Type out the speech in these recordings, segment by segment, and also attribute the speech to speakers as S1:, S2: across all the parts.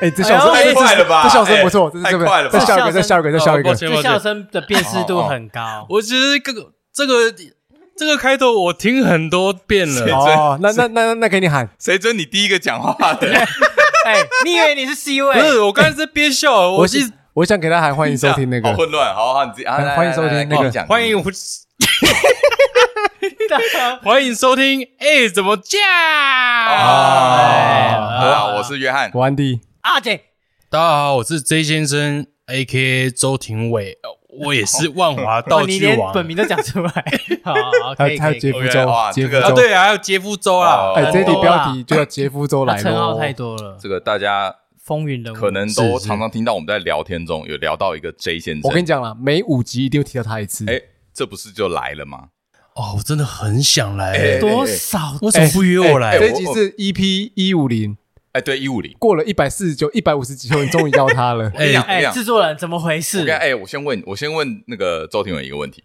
S1: 哎，这笑声
S2: 哎呦
S1: 哎
S2: 太
S1: 这
S2: 快了吧
S1: 这笑声不错，这是
S2: 哎
S1: 这
S2: 太快了
S1: 个，
S2: 吧哦
S1: 再笑一个，再笑一个，再笑一
S3: 哦抱
S1: 个。
S3: 歉
S4: 这
S3: 抱
S4: 笑
S3: 歉，
S4: 声的辨识度很高。
S3: 我其实这个这个这个开头我听很多遍
S2: 是
S3: 了，
S1: 哦，那那那那给你喊，
S2: 谁准你第一个讲话的？
S4: 哎，你以为你是 C
S3: 不是
S4: 位？
S3: 我刚才在憋笑，我
S1: 我
S3: 是
S1: 是我想给他喊，欢迎收听那
S2: 好
S1: 个。
S2: 混乱，好好你自己啊，
S1: 来
S2: 来
S1: 欢迎收听
S2: 来来
S1: 那个
S2: 来讲
S3: 欢迎 我欢迎收听，哎，怎么叫？
S2: 啊
S3: 哎
S2: 啊！我是约翰，
S1: 我安迪，
S4: 阿姐，
S3: 大家好，我是 J 先生，A K A 周廷伟，呃我也是万华
S4: 哦
S3: 道
S4: 你
S3: 具
S4: 连
S3: 王。
S4: 本
S3: 啊，
S4: 名都讲 出来，好好，
S1: 他
S4: 可以
S1: 他
S4: 可以。
S1: 杰夫
S2: OK，
S1: 周
S2: 哇，
S1: 杰夫
S2: 这个
S1: 周。
S3: 对啊，还有杰夫周啦
S2: 哦，
S1: 哎，这
S4: 很
S1: 题
S4: 多
S1: 标
S4: 啦
S1: 题就叫杰夫周
S4: 他
S1: 来
S4: 称号
S1: 喽。
S4: 太多了，
S2: 这个大家
S4: 风云人物
S2: 可能都
S1: 是是
S2: 常常听到我们在聊天中有聊到一个 J 先生，
S1: 我跟你讲了，每五集一定会提到他一次。
S2: 哎，这不是就来了吗？
S3: 哦，我真的很想来，
S2: 哎
S3: 哎
S4: 多少
S3: 为什么不约我来
S2: 哎？我
S1: 这一集是 EP 一五零，
S2: 哎，对，一五零。
S1: 过了一百四十九、一百五十集后，你终于要他了。
S2: 我跟你讲，我跟你
S4: 哎，
S2: 讲
S4: 制作人怎么回事
S2: 我跟？哎，我先问，我先问那个周庭伟一个问题：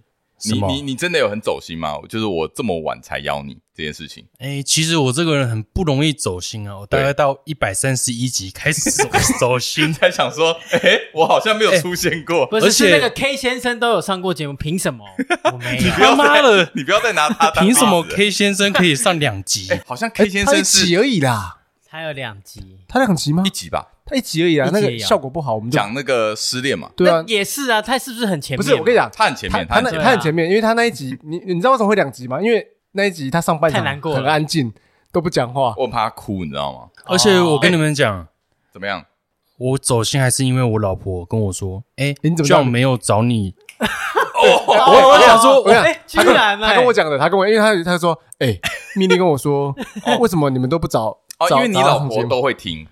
S3: 什
S2: 你
S3: 么
S2: 你你真的有很走心吗？就是我这么晚才邀你这件事情，
S3: 哎，其实我这个人很不容易走心啊，我大概到一百三十一集开始走走心。
S2: 才想说，哎，我好像没有
S3: 哎
S2: 出现过。
S4: 不
S3: 而
S4: 是，
S3: 且
S4: 是那个 K 先生都有上过节目，凭 什么我没有？
S3: 他妈的，
S2: 你不要再拿他 当
S3: 凭什么
S2: 例子
S3: K 先生可以上两集？
S2: 哎，好像 K 先
S1: 他一
S2: 生是
S1: 集而已啦，
S4: 他有两集，
S1: 他两集吗
S2: 一？集吧，
S1: 他一集而已啦
S4: 一，集
S1: 那
S4: 而
S1: 个
S4: 已啊
S1: 效果不好，我们就
S2: 讲那个失恋嘛，
S1: 对啊
S4: 那，也是啊，他是不是很前面？
S1: 不是我跟你，讲，
S2: 他很前面，
S1: 他
S2: 他很
S1: 那
S2: 前
S4: 对
S2: 面
S4: 啊
S1: 他很前面，因为他那一集，你你知道为什么会两集吗？因为那一集他上半场
S4: 太难过了
S1: 很安静，都不讲话。
S2: 我很怕他哭，你知道吗？
S3: 而且我
S2: 哎
S3: 跟你们讲，
S2: 怎么样？
S3: 我走心还是因为我老婆跟我说，哎，
S1: 你怎么知道
S3: 叫没有找你？
S1: 哦
S4: 我
S1: 我想说，我想
S4: 哎，居
S1: 他跟
S4: 然
S1: 他
S4: 哎
S1: 跟我讲的，他跟我，因为他他说，哎，米莉跟我说， 哦为什么你们都不找
S2: 哦，
S1: 找
S2: 因为你
S1: 找他
S2: 老
S1: 上
S2: 婆
S1: 节目
S2: 都会听，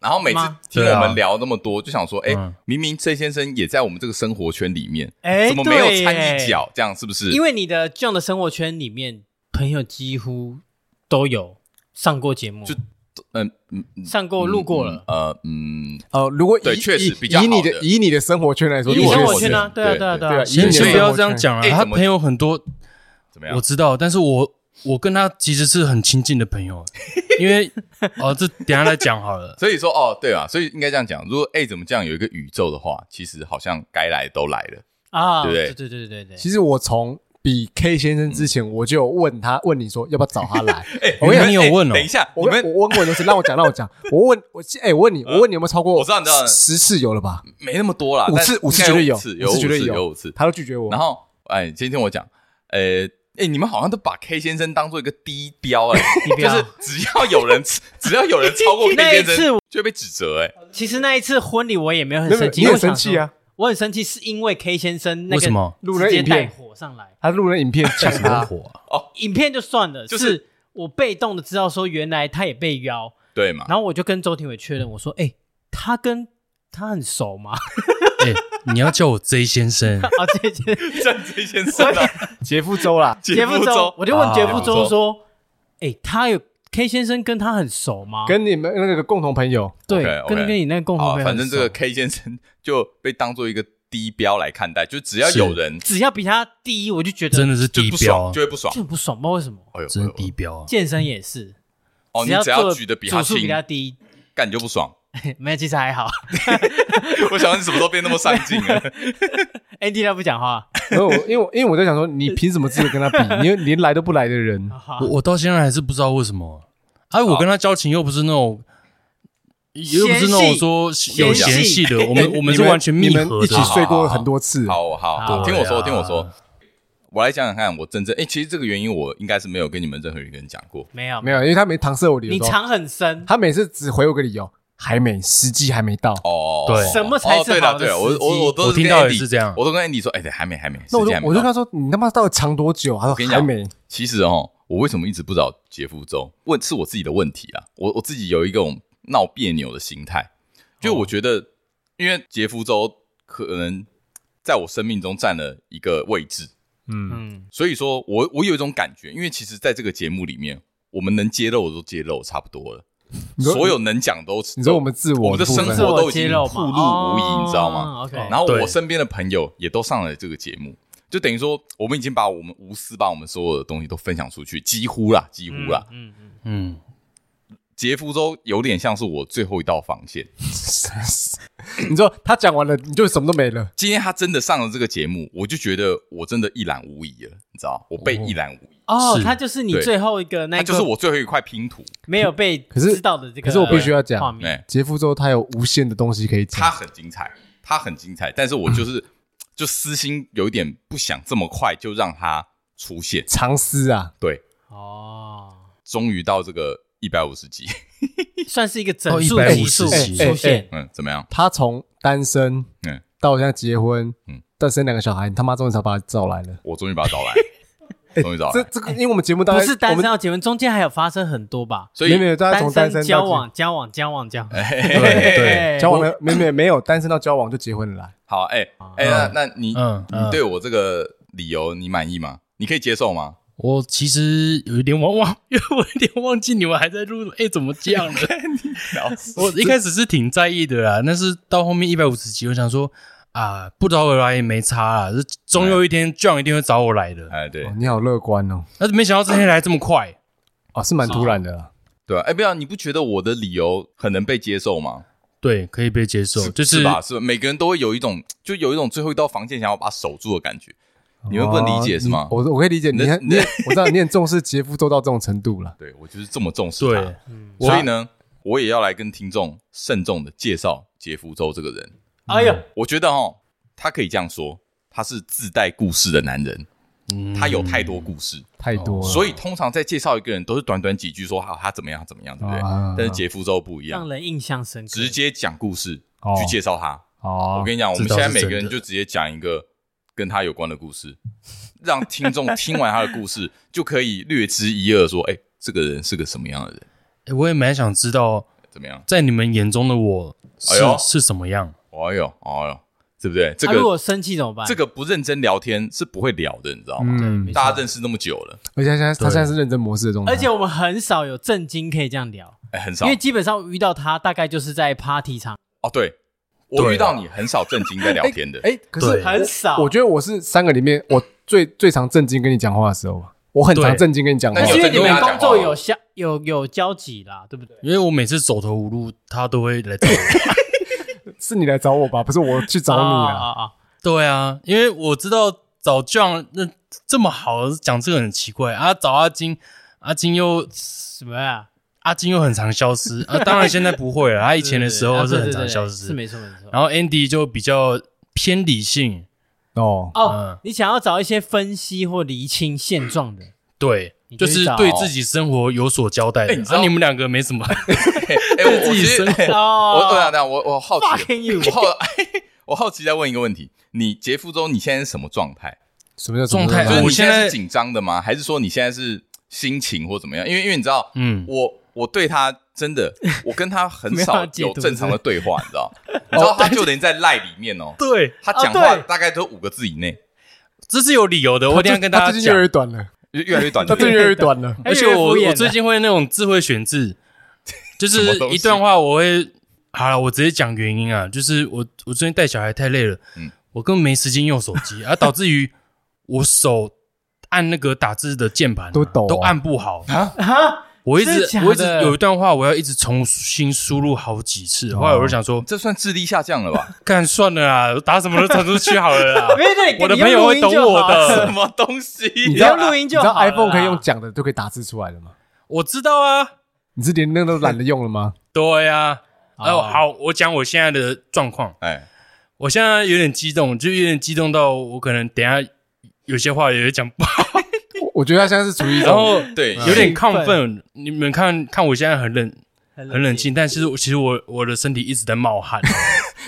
S2: 然后每次
S4: 吗
S2: 听
S3: 对
S2: 我
S3: 啊
S2: 们聊那么多，就想说，哎
S3: 嗯，
S2: 明明 C 先生也在我们这个生活圈里面，
S4: 哎
S2: 怎么没有
S4: 对
S2: 掺
S4: 耶
S2: 一脚？这样是不是？
S4: 因为你的这样的生活圈里面，朋友几乎都有上过节目，
S2: 就嗯嗯，嗯
S4: 上过
S2: 嗯
S4: 路过了。
S2: 呃嗯，
S1: 哦，如果以
S2: 对确实
S1: 以
S2: 比较好
S1: 以你
S2: 的
S1: 的以你的生活圈来说，
S4: 以你
S2: 我
S4: 生
S1: 确
S4: 活
S1: 实
S4: 圈啊，
S2: 对
S4: 对啊，对啊，
S1: 对
S4: 啊
S1: 啊，
S4: 是
S1: 以
S3: 先
S1: 你的
S3: 先
S1: 生
S3: 不要
S1: 活
S3: 这样
S1: 圈
S3: 讲了，
S2: 哎
S3: 他
S2: 怎么
S3: 朋友很多，
S2: 怎么样
S3: 我？知道，但是我我跟他其实是很亲近的 朋友，因为哦，这等一下来讲好了。
S2: 所以说哦，对啊，所以应该这样讲，如果哎怎么这样有一个宇宙的话，其实好像该来都来了，
S4: 啊，
S2: 对不对
S4: 对对对对对
S1: 其实我从比 K 先生之前，我就有问他，问你说要不要找他 来。
S2: 哎
S1: 我跟你
S3: 讲你有
S2: 哎
S3: 问哦
S2: 等一下，你
S1: 我
S2: 们嗯
S1: 我问过很多次，让我讲，让我讲。我问我哎，我问你，我问你有没有超过？
S2: 我知道你知道
S1: 十次有了吧？
S2: 没那么多啦，
S1: 五
S2: 但
S1: 次，五次
S2: 应该
S1: 绝对
S2: 有，五
S1: 有，
S2: 次
S1: 五次绝对
S2: 有五次有
S1: 有
S2: 五次。
S1: 他都拒绝我。
S2: 然后，哎，今天我讲，呃，哎，你们好像都把 K 先生当做一个低标，哎，
S4: 低标
S2: 就是只要有人 只要有人超过 K
S4: 那一
S2: 先
S4: 次
S2: 生，，就会被指责，哎，
S4: 其实那一次婚礼我也没有很
S1: 没有
S4: 生气，
S1: 你很
S4: 我想
S1: 生气啊
S4: 说！我很生气是因为 K 先生那
S3: 为
S4: 个
S3: 什么
S1: 录
S4: 直
S1: 了
S4: 接
S1: 影
S4: 带
S1: 片，
S4: 火上来，
S1: 他录了影片 呛
S3: 什么
S1: 他，
S3: 火啊？
S4: 影片就算了，
S2: 就是
S4: 是我被动的知道说原来他也被邀，
S2: 对 嘛？
S4: 然后我就跟周庭伟确认，我说：“哎，他跟他很熟吗？”
S3: 哎，你要叫我 J 先生，
S4: 啊，这这
S2: 像 J 先生啊，
S1: 杰夫周啦，
S4: 杰夫周，我就问
S3: 啊
S4: 杰夫
S2: 杰夫
S4: 周
S2: 周
S4: 说：“哎，他有 K 先生跟他很熟吗？”
S1: 跟你们那个共同 朋友，
S4: 对，
S2: OK，OK
S4: 跟跟你那个共同
S2: 好，
S4: 朋友很
S2: 啊
S4: 熟，
S2: 反正这个 K 先生就被当做一个低标来看待，就只要
S3: 是
S2: 有人
S4: 只要比他第一，我就觉得
S3: 真的是
S2: 就
S3: 低
S2: 不
S3: 标
S2: 爽，就，会不爽
S4: 就。很不爽，不知道为什么。
S2: 哎呦，
S3: 真
S2: 哎
S3: 的
S2: 呦
S3: 低标啊！
S4: 健身也是，
S2: 哦，你只
S4: 做
S2: 要举的比他
S4: 组数
S2: 轻
S4: 比，他低，
S2: 干你就不爽。
S4: 没有，其实还好。
S2: 我想问你什么时候变那么上进啊了？
S4: Andy 他不讲 话，
S1: 然后我因为我因为我在想说，你凭什么资格跟他 比？你连来都不来的人，
S4: 好
S3: 啊我我到现在还是不知道为什么。哎，我跟他交情又不是那种，又不是那种说有嫌隙的，我们我们是完全密
S1: 你们
S3: 合
S1: 一
S3: 的
S1: 起。睡过很多次，
S2: 好好
S4: 好
S2: 好，听我说，
S3: 对啊
S2: 听我说，我来讲讲看，我真正哎，其实这个原因我应该是没有跟你们任何一个人讲过。
S4: 没有
S1: 没有，因为他没搪塞我理
S4: 你
S1: 由说，
S4: 藏很深，
S1: 他每次只回我个理由，还没时机还没到。
S2: 哦，
S3: 对
S2: 哦
S4: 什么才是
S2: 哦对
S4: 好
S2: 了，
S4: 的
S2: 对了，我
S4: 时机
S2: 我我都
S3: 我
S2: 是跟
S3: 听到也
S2: Andy-
S3: 是这样
S2: 我都跟 Andy 说，哎，对，还没，还没，
S1: 那
S2: 时
S1: 我就
S2: 间还没
S1: 我就跟
S2: 到
S1: 他说，你他妈到底藏多久？
S2: 跟
S1: 他说
S2: 你
S1: 还
S2: 讲
S1: 没。
S2: 其实哦，我为什么一直不找杰夫周？问是我自己的问题啊，我我自己有一种闹别扭的心态，就
S3: 哦
S2: 我觉得，因为杰夫周可能在我生命中占了一个位置，
S1: 嗯，
S4: 嗯，
S2: 所以说我我有一种感觉，因为其实在这个节目里面，我们能揭露的都揭露差不多了，
S1: 你说
S2: 所有能讲都
S1: 你说我
S2: 们。
S1: 们自
S2: 我
S1: 我
S2: 们的
S1: 部分
S2: 生
S4: 自
S2: 活都
S4: 我
S2: 已经
S4: 揭露嘛
S2: 曝露无遗，
S4: 哦
S2: 你知道吗
S4: OK
S2: 然后
S3: 对
S2: 我身边的朋友也都上了这个节目，就等于说我们已经把我们
S4: 嗯
S2: 无私把我们所有的东西都分享出去，几乎啦，几乎啦。
S4: 嗯嗯嗯，
S3: 嗯，
S2: 杰夫州有点像是我最后一道防线。
S1: 你说他讲完了，你就什么都没了。
S2: 今天他真的上了这个节目，我就觉得我真的一览无遗了，你知道，我被一览无遗，
S4: 哦
S3: 是，
S4: 他就是你
S2: 对
S4: 最后一个那
S2: 他
S4: 个，
S2: 就是我最后一块拼图。
S4: 没有被
S1: 可是
S4: 知道的这个。
S1: 可是我必须要讲
S4: 画面
S2: 哎，
S1: 杰夫州他有无限的东西可以
S2: 他
S1: 讲，
S2: 很精彩，他很精彩，但是我就是就私心有一点不想这么快就让他出现。
S1: 藏私啊，
S2: 对，
S4: 哦，
S2: 终于到这个一百五十集，
S4: 算是一个整
S3: 哦
S4: 数
S3: 150
S4: 级数
S3: 集
S4: 出
S1: 哎
S4: 现，
S2: 嗯，怎么样？
S1: 他从单身
S2: 嗯，
S1: 到现在结婚，
S2: 嗯
S1: 嗯，到生两个小孩，你他妈终于才把他找来了。
S2: 我终于把他找来，终于找
S1: 这
S2: 来，
S1: 这个，因为我们节目大概
S4: 不是单身
S1: 我们，
S4: 到结婚，中间还有发生很多吧？
S2: 所以
S1: 没有没有，大家从单
S4: 单
S1: 身到
S4: 交往、交往、交往、交往，
S1: 结，对
S4: 对
S1: 对，交往没有没有没有没有单身到交往就结婚了啦。
S2: 好，哎、哎、那那你、
S3: 嗯
S2: 你
S3: 嗯
S2: 对我这个理由你满意吗？你可以接受吗？
S3: 我其实有一点忘 忘，因为我有点忘记你们还在录，哎，怎么 这样了？我一开始是挺在意的啊啦，但是到后面一百五十集，我想说啊，不找我来也没差啦，这终有一天 John 一定会找我来的。
S2: 哎、对
S1: 哦你好乐观哦，
S3: 但是没想到这天来这么快，
S1: 哦，是蛮突然的啦。
S2: 对啊，哎、不要，你不觉得我的理由很能被接受吗？
S3: 对，可以被接受，就是
S2: 吧？是吧？每个人都会有一种，就有一种最后一道防线想要把它守住的感觉。你们不能理解
S1: 哦
S2: 是吗
S1: 你？我我可以理解，
S2: 你的
S1: 你很
S2: 你
S1: 你
S2: 的
S1: 我知道你很重视杰夫做到这种程度了。
S2: 对我就是这么重视
S3: 对
S2: 他，所以呢，我也要来跟听众慎重的介绍杰夫周这个人。
S4: 哎呦，
S2: 我觉得哦，他可以这样说，他是自带故事的男人，他
S3: 嗯
S2: 有太多故事，
S1: 太多了，
S2: 哦所以通常在介绍一个人都是短短几句说好他怎么样怎么样，对不对？
S1: 啊
S2: 但是杰夫周不一样
S4: 让，人印象深刻。啊
S2: 直接讲故事、
S1: 哦
S2: 去介绍他。
S1: 哦
S2: 我跟你讲，我们
S3: 这
S2: 现
S3: 倒
S2: 在
S3: 是
S2: 每个
S3: 真
S2: 人
S3: 的
S2: 就直接讲一个跟他有关的故事，让听众听完他的故事 就可以略知一二，说哎，这个人是个什么样的人，
S3: 诶哎我也蛮想知道，
S2: 怎么样？
S3: 在你们眼中的我
S2: 哎
S3: 是、
S2: 呦
S3: 是什么样？
S2: 哎呦，哎呦，对不对？这
S4: 啊如
S2: 个
S4: 果生气怎么办？
S2: 这个不认真聊天是不会聊的，你知道吗？
S4: 嗯，没错
S2: 大家认识那么久了，
S1: 而且他现在他现在是认真模式的状态，
S4: 而且我们很少有震惊可以这样聊，
S2: 哎，很少
S4: 因为基本上遇到他大概就是在 party 场，
S2: 哦。对，我
S3: 对
S2: 遇到你很少正经在聊天的，
S1: 哎，可是
S3: 对
S4: 很少。
S1: 我觉得我是三个里面我最最常正经跟你讲话的时候吧，啊我很常
S3: 对
S1: 正经跟你讲话
S2: 那
S4: 但
S2: 你
S4: 是
S2: 有
S4: 因
S2: 正
S4: 为你
S2: 经跟
S4: 们
S2: 他讲
S4: 工
S2: 话
S4: 作
S2: 吗
S4: 有相有有交集啦，对不对？
S3: 因为我每次走投无路，他都会来找我。
S1: 是你来找我吧，不是我去找你
S4: 啊
S1: 啦。
S4: 啊啊！
S3: 对啊，因为我知道找 John 那这么好讲这个很奇怪啊，找阿金，阿金又
S4: 什么啊？
S3: 阿金又很常消失啊，当然现在不会了，他以
S4: 以
S3: 前的时候
S4: 啊
S3: 是很常消
S4: 是
S3: 失。
S4: 没错没错。
S3: 然后 Andy 就比较偏理性，
S1: 哦，
S4: 哦
S3: 嗯，
S4: 你想要找一些分析或厘清现状的，
S3: 对
S4: 你，就
S3: 就
S4: 去
S3: 是
S4: 找
S3: 对自己生活有所交代的。
S2: 哎你知道
S3: 啊，你们两个没什么，
S2: 哎，我我
S3: 自己
S2: 其实
S3: 生活
S2: 我我
S4: 哦
S2: 等一下啊我我好奇，
S4: ，fucking you，
S2: 我好 我好奇再问一个问题：你杰夫周你现在是什么状态？啊
S1: 什么叫
S3: 状态
S2: 就是
S1: 什么叫
S2: 你
S3: 我
S2: 现
S3: 现
S2: 在
S3: 在
S2: 是紧张的吗？还是说你现在是心情或怎么样？因为因为你知道，
S3: 嗯，
S2: 我我对他真的，我跟他很
S4: 没
S2: 少
S4: 办法解
S2: 有
S4: 读
S2: 正常的对话，你知道？你知道他就连在赖里面哦，
S3: 对，
S2: 他讲
S4: 啊
S2: 话
S4: 对
S2: 大概都五个字以内，
S3: 这是有理由的，我一定要跟大
S1: 他
S3: 家
S1: 最近越
S3: 讲
S1: 来越。短了，
S2: 越越来越短。
S1: 他最近越来越短了。
S3: 而且我
S4: 哎越来越敷衍了
S3: 我最近会那种智慧选 字，就
S2: 什
S3: 是
S2: 么东西
S3: 一段话我会好了，我直接讲原因啊，就是我我最近带小孩太累了，
S2: 嗯
S3: 我根本没时间用手 机，而、导致于我手按那个打字的键盘啊、
S1: 都抖啊
S3: 都按不好。
S4: 啊，
S3: 我一直
S4: 真的假的
S3: 我一直有一段话，我要一直重新输入好几次。
S1: 哦
S3: 后来我就想 说，
S2: 这算智力下降了吧？
S3: 干算了啦，打什么都传出去好了 啦
S4: 没。有对，
S3: 我的
S4: 你用
S3: 朋友
S4: 录
S3: 会
S4: 音
S3: 懂
S4: 就
S3: 我
S4: 好
S3: 的
S2: 什么东西？
S1: 你
S4: 只
S1: 知
S4: 要
S1: 道
S4: 录音
S1: 你知
S4: 就
S1: 道
S4: 好了啦
S1: iPhone 可以用讲的就可以打字出来了吗？
S3: 我知道啊，
S1: 你是连那都懒得用了吗？
S3: 对啊。然后
S4: 哦
S3: 好，我讲我现在的状况。
S2: 哎，
S3: 我现在有点激动，就有点激动到我可能等一下有些话也会讲不好，
S1: 我我觉得他现在是处于一
S3: 然
S1: 种
S3: 后
S2: 对，
S3: 有点亢奋。你们看看我现在很冷很冷静，但其实我其实我我的身体一直在 冒汗，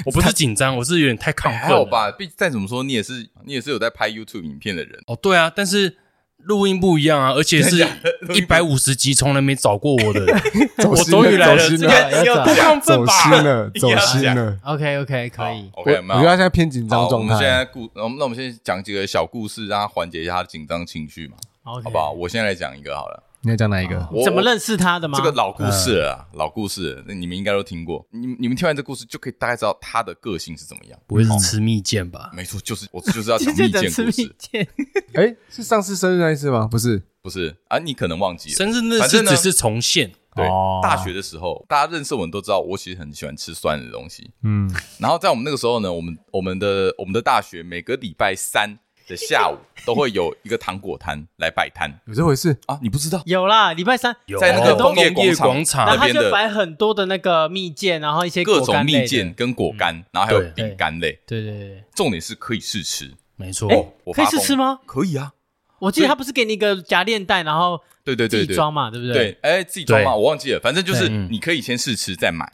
S3: 我不是紧张，我是有点太亢
S2: 哎还
S3: 奋
S2: 好
S3: 了。
S2: 吧？毕再怎么说，你也是你也是有在拍 YouTube 影片的人，
S3: 哦，对啊，但是录音不一样啊，而且是一百五十集从来没找过我的人，
S1: 走
S3: 我
S1: 心了
S3: 终于来了，
S1: 走
S3: 这
S1: 心
S4: 个
S1: 了，
S3: 个有多亢奋
S1: 走
S3: 吧？
S1: 心了，走
S2: 要
S1: 心
S2: 讲
S1: 了。
S4: OK OK 可以，
S2: 哦
S1: 我我
S2: OK，
S1: 觉得他现在偏紧张
S2: 好，我
S1: 状
S2: 们现在
S1: 态。
S2: 故，哦那我们那我们先讲几个小故事，让他缓解一下他的紧张情绪嘛，
S4: 好
S2: 好不好？？我先来讲一个好了，
S1: 你要讲哪一个？
S2: 我
S4: 怎么
S2: 我
S4: 认识他的吗？
S2: 这个 老故事了
S1: 嗯
S2: 啊，老故事了，那你们应该都听过。你们你们听完这故事就可以大概知道他的个性是怎么样。
S3: 不会是吃蜜饯吧？
S2: 没错，就是我就是要 讲
S4: 直
S2: 蜜
S4: 接讲
S2: 饯
S4: 吃
S2: 故
S4: 蜜
S2: 事，
S4: 饯，
S1: 哎，是上次生日那一次吗？不是，
S2: 不是啊？你可能忘记了，
S3: 生日那
S2: 反正
S3: 是
S2: 呢
S3: 只是重现，
S2: 对，
S1: 哦
S2: 大学的时候，大家认识我们都知道，我其实很喜欢吃酸的东西。
S1: 嗯，
S2: 然后在我们那个时候呢，我们我们的我们的大学每个礼拜三的下午都会有一个糖果摊来摆摊
S1: 有这回事
S2: 啊，你不知道？
S4: 有啦，礼拜三，
S2: 在那个
S4: 东
S2: 业
S3: 哦工业
S2: 广
S3: 广
S2: 场
S3: 场
S4: 然后
S2: 啊那
S4: 他
S2: 边的
S4: 就摆很多的那个蜜饯，然后一些
S2: 各
S4: 果
S2: 种
S4: 干类
S2: 蜜
S4: 的
S2: 饯，跟果干，然后还有
S3: 嗯对
S2: 饼干类，
S4: 对对对
S2: 重点是可以试吃。
S3: 没错
S4: 对，，
S2: 哦
S4: 哎
S2: 我
S4: 可以
S2: 发
S4: 试
S2: 疯
S4: 吃吗？
S2: 可以啊，
S4: 我记得他不是给你一个夹链袋，然后
S2: 对对
S4: 自
S2: 对
S4: 己
S2: 对，
S4: 装嘛，对不哦对？
S2: 对，哎，自己装嘛，
S3: 对
S2: 我忘记了，反正就是
S3: 对嗯
S2: 你可以先试吃再买，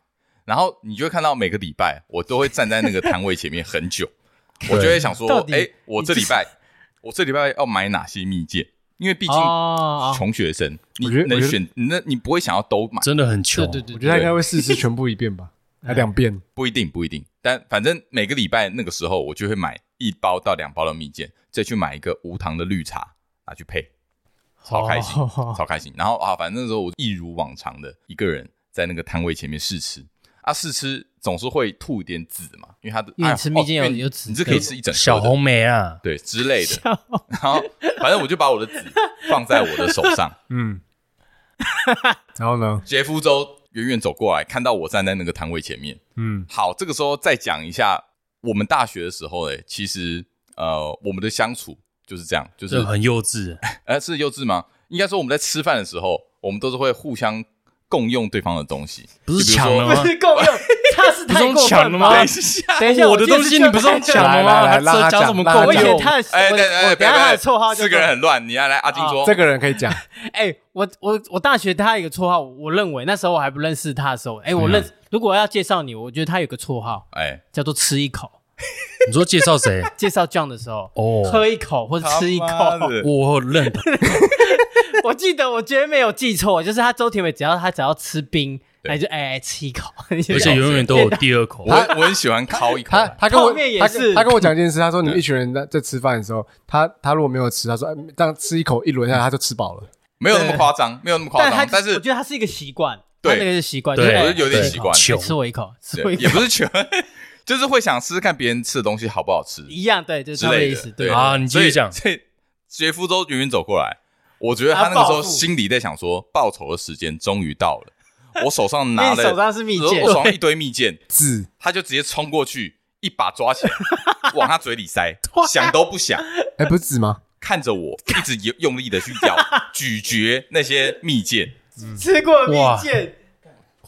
S2: 然后你就会看到每个礼拜我都会站在那个摊位前面很久，我就会想说
S4: 到，底
S2: 哎，我
S4: 你
S2: 这
S4: 这
S2: 礼拜我这礼拜要买哪些蜜饯？因为毕竟
S4: 哦，哦
S2: 穷学生，你
S1: 我觉得
S2: 能
S1: 我觉得
S2: 选，你那你不会想要都买，
S3: 真的很
S4: 对
S3: 穷，
S4: 对对
S1: 我
S4: 对，
S1: 觉得他应该会试吃全部一遍吧，还两遍。
S2: 不一定不一定，但反正每个礼拜那个时候我就会买一包到两包的蜜饯，再去买一个无糖的绿茶拿去配，超开心。
S4: 哦
S2: 超开心。然后啊，反正那时候我一如往常的一个人在那个摊位前面试吃啊，试吃总是会吐一点籽嘛，因为它的
S4: 因为
S2: 哎
S4: 吃蜜饯有
S2: 哦因为
S4: 有籽
S2: 你这可以吃一整颗的
S3: 小红梅啊，
S2: 对之类的。然后反正我就把我的籽放在我的手 上，
S1: 嗯，然后呢？
S2: 杰夫周远远走过来，看到我站在那个摊位前面。
S1: 嗯，
S2: 好，这个时候再讲一下我们大学的时候，哎，其实呃，我们的相处就是这样，就是
S3: 这很幼稚，
S2: 哎，是幼稚吗？应该说我们在吃饭的时候，我们都是会互相共用对方的东西，
S3: 不
S2: 就
S3: 是
S2: 比如
S3: 抢
S2: 说
S3: 了
S4: 不
S3: 吗？
S4: 是够 用，他是
S3: 不是
S4: 太
S3: 用
S4: 过
S3: 抢
S4: 分
S3: 的
S4: 了
S3: 吗？
S4: 吗？等一下，
S3: 我的
S4: 记得
S3: 东西你不是用抢的吗？
S1: 来来来
S3: 还
S1: 让他
S3: 讲
S1: 讲
S3: 什么
S1: 让他
S3: 够
S4: 我以
S1: 讲
S4: 前
S3: 用？
S4: 他的，
S2: 哎，
S4: 我
S2: 对对，
S4: 我等一下他的绰号就
S2: 四个人很乱，你来来，阿金说
S1: 这个人可以讲，
S4: 哎、我我我大学他有个绰号，我认为那时候我还不认识他的时候，哎、我认、如果要介绍你，我觉得他有个绰号
S2: 哎，
S4: 叫做“吃一口
S3: 你说介绍谁？”。
S4: 介绍 John 的时候，
S3: 哦
S4: 喝一口或者吃一口。
S2: 他妈的
S3: 我认得，
S4: 我记得，我绝对没有记错，就是他周庭伟，只要他只要吃冰，
S2: 对
S4: 哎就哎、哎吃一口，
S3: 而且永远都有第二口。
S2: 我我很喜欢敲一口，啊
S1: 他他跟我
S4: 泡面也
S1: 他
S4: 是
S1: 他跟我讲一件事，他说你们一群人在在吃饭的时候，他他如果没有吃，他说哎这样吃一口一轮下来他就吃饱了，
S2: 没有那么夸张，没有那么夸
S4: 但他
S2: 张，但
S4: 我
S2: 是
S4: 觉得他是一个习惯，
S2: 对
S4: 他那个是习惯，
S3: 对
S4: 就是
S2: 我就有点
S4: 哎
S2: 习惯
S4: 吃一口
S3: 穷
S4: 吃我一口，吃我
S2: 对
S4: 一
S2: 也
S4: 口，
S2: 不是全，就是会想试试看别人吃的东西好不好吃
S4: 一样，对，就是
S2: 之
S4: 他的
S2: 类
S4: 意
S2: 的
S4: 思，。对。
S3: 啊你继续讲
S2: 所以杰夫都远远走过来，我觉得他那个时候心里在想说，报仇的时间终于到了。我手上
S4: 因为
S2: 拿
S4: 你手
S2: 了，
S4: 上是蜜
S2: 我手
S4: 饯，
S2: 上一堆蜜饯，
S1: 字
S2: 他就直接冲过去，一把抓起来，往他嘴里 塞，想都不想。
S1: 哎不是字吗？
S2: 看着我，一直用用力的去 咬、咀嚼那些蜜饯，
S4: 吃过蜜
S3: 哇
S4: 饯，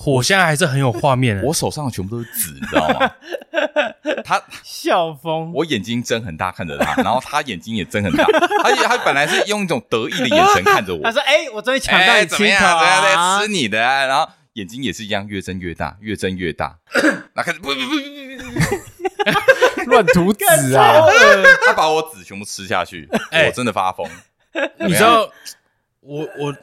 S3: 我现在还是很有画面的。
S2: 我手上的全部都是籽，你知道吗？ 他
S4: 笑疯。
S2: 我眼睛睁很大看着他， 然后他眼睛也睁很大，而且他本来是用一种得意的眼神看着我
S4: 他，说：“哎、我终于抢到
S2: 哎，
S4: 你
S2: 怎
S4: 吃
S2: 么
S4: 一
S2: 样？
S4: 口、
S2: 怎么样？
S4: 啊
S2: 在吃你的啊，然后眼睛也是一样，越睁越大，越睁越 大。那开始不不不不不不，
S1: 乱涂纸啊！
S4: 呃
S2: 他把我籽全部吃下去，
S3: 哎
S2: 我真的发疯。
S3: 你知道，我我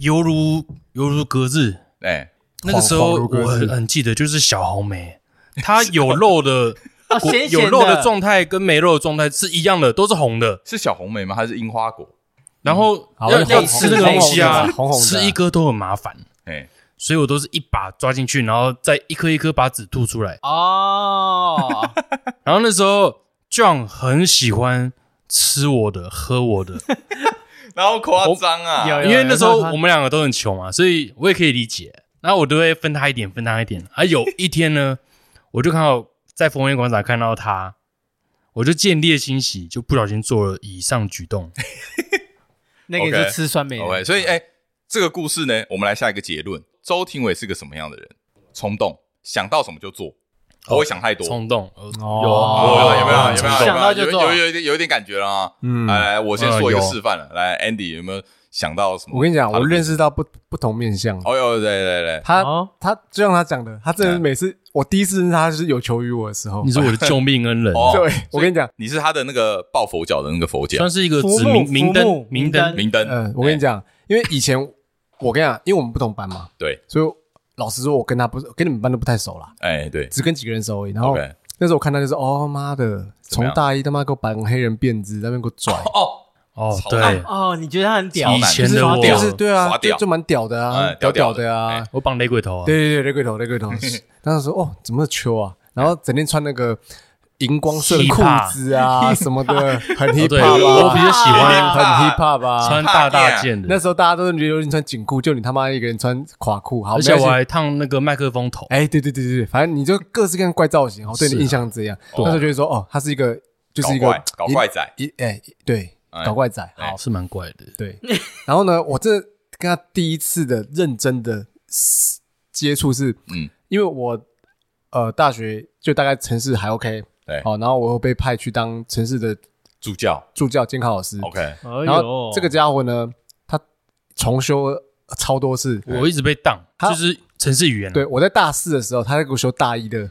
S3: 犹如犹如隔日，
S2: 哎，
S3: 那个时候
S1: 恍如隔日
S3: 我很很记得，就是小红梅，它有肉的
S4: 哦咸咸
S3: 有
S4: 的
S3: 肉的状态跟没肉的状态是一样的，都是红的。
S2: 是小红莓吗？还是樱花果？
S3: 然后
S1: 好
S3: 要
S1: 那个
S3: 要
S1: 红
S3: 吃那个东西啊
S1: 红红的，红红的
S3: 吃一颗都很麻烦，
S2: 哎，
S3: 所以我都是一把抓进去，然后再一颗一颗把籽吐出来。
S4: 哦，
S3: 然后那时候 John 很喜欢吃我的，喝我的，
S2: 然后夸张啊！
S4: 有有
S3: 因为那时候
S4: 那他
S3: 我们两个都很穷嘛，所以我也可以理解。然后我都会分他一点，分他一点。而有一天呢，我就看到在枫叶广场看到他，我就见猎欣喜，就不小心做了以上举动。
S4: 那个
S2: OK
S4: 就吃酸梅了
S2: OK，所以哎、这个故事呢，我们来下一个结论：周庭伟是个什么样的人？冲动，想到什么就做，不会想太多。
S3: 冲动，呃
S1: 哦
S3: 有
S2: 哦
S1: 哦
S2: 有没有？有没有？有没
S3: 冲
S2: 有？
S3: 动
S4: 想到就
S2: 有有
S4: 做
S2: 有一点有一点感觉了啊！
S1: 嗯
S2: 来来，我先做一个
S3: 呃有
S2: 示范了。来，Andy 有没有想到什么？
S1: 我跟你讲，我认
S2: 识。
S1: 识到不不同面相。
S2: 哦哟，对对对，
S1: 他
S4: 哦
S1: 他就像他讲的，他真的是每次我第一次认识他就是有求于我的时候
S3: 嗯你，是我的救命恩人，
S2: 哦，
S1: 对我跟你讲，
S2: 你是他的那个抱佛脚的那个佛脚
S3: 算是一个
S4: 浮
S3: 指
S4: 木
S3: 明
S4: 浮
S3: 明
S4: 木
S3: 灯明
S4: 明
S3: 灯。
S2: 明灯。
S1: 嗯，我跟你
S2: 哎，
S1: 讲，因为以前我跟你讲，因为我们不同班嘛，
S2: 对，
S1: 所以老实说，我跟他不是跟你们班都不太熟啦，
S2: 哎对
S1: 只跟几个人熟而已。然后
S2: ，OK，
S1: 那时候我看他就是，哦妈的，
S2: 么
S1: 从
S2: 样
S1: 大一他妈给我绑黑人辫子，在那边给我拽，
S2: 哦，
S3: 哦，
S2: 超
S3: 对，
S4: 哦，你觉得他很屌
S2: 超
S3: 以？
S2: 难
S3: 前的
S1: 就是
S3: 我，
S1: 就是对啊
S2: 耍，屌
S1: 就就蛮屌的啊
S2: 哎，屌
S1: 屌
S2: 屌的
S1: 的啊
S2: 哎，
S3: 我绑雷鬼头啊，
S1: 对对对，雷鬼头，雷鬼头。当时说哦，怎么那么秋啊？然后整天穿那个荧光色的裤子啊什么的，很 hip
S3: 哦对，
S1: hop
S3: 我
S1: 啊
S3: 比较喜
S1: 很
S3: 欢
S2: hip-hop
S1: 很 hip hop 啊。
S3: 穿大大件的
S1: 那，时候大家都流行穿紧裤，就你他妈一个人穿垮裤，好，
S3: 而且
S1: 没
S3: 我
S1: 关系
S3: 还烫那个麦克风头，
S1: 哎，对对对对对，反正你就各式各样的怪造型，我对你
S3: 是啊
S1: 印象这样。
S3: 对
S1: 那时候就会说，哦，他是一个，就是一
S2: 搞
S1: 个
S2: 怪搞怪仔，
S1: 一哎，对，
S2: 哎
S1: 搞怪仔，
S2: 哎
S1: 好，
S3: 是蛮怪的。
S1: 对。 然后呢，我这跟他第一次的认真的接触是，
S2: 嗯，
S1: 因为我呃大学就大概城市还 OK，
S2: 对
S1: 好，然后我又被派去当城市的
S2: 助教
S1: 助教监考老师
S2: ，OK，
S4: 哎
S1: 然后
S4: 呦，
S1: 这个家伙呢，他重修了超多次，
S2: 哎
S3: 我一直被当，
S1: 好
S3: 就是城市语言啊，
S1: 对我在大四的时候，他在给我修大一的，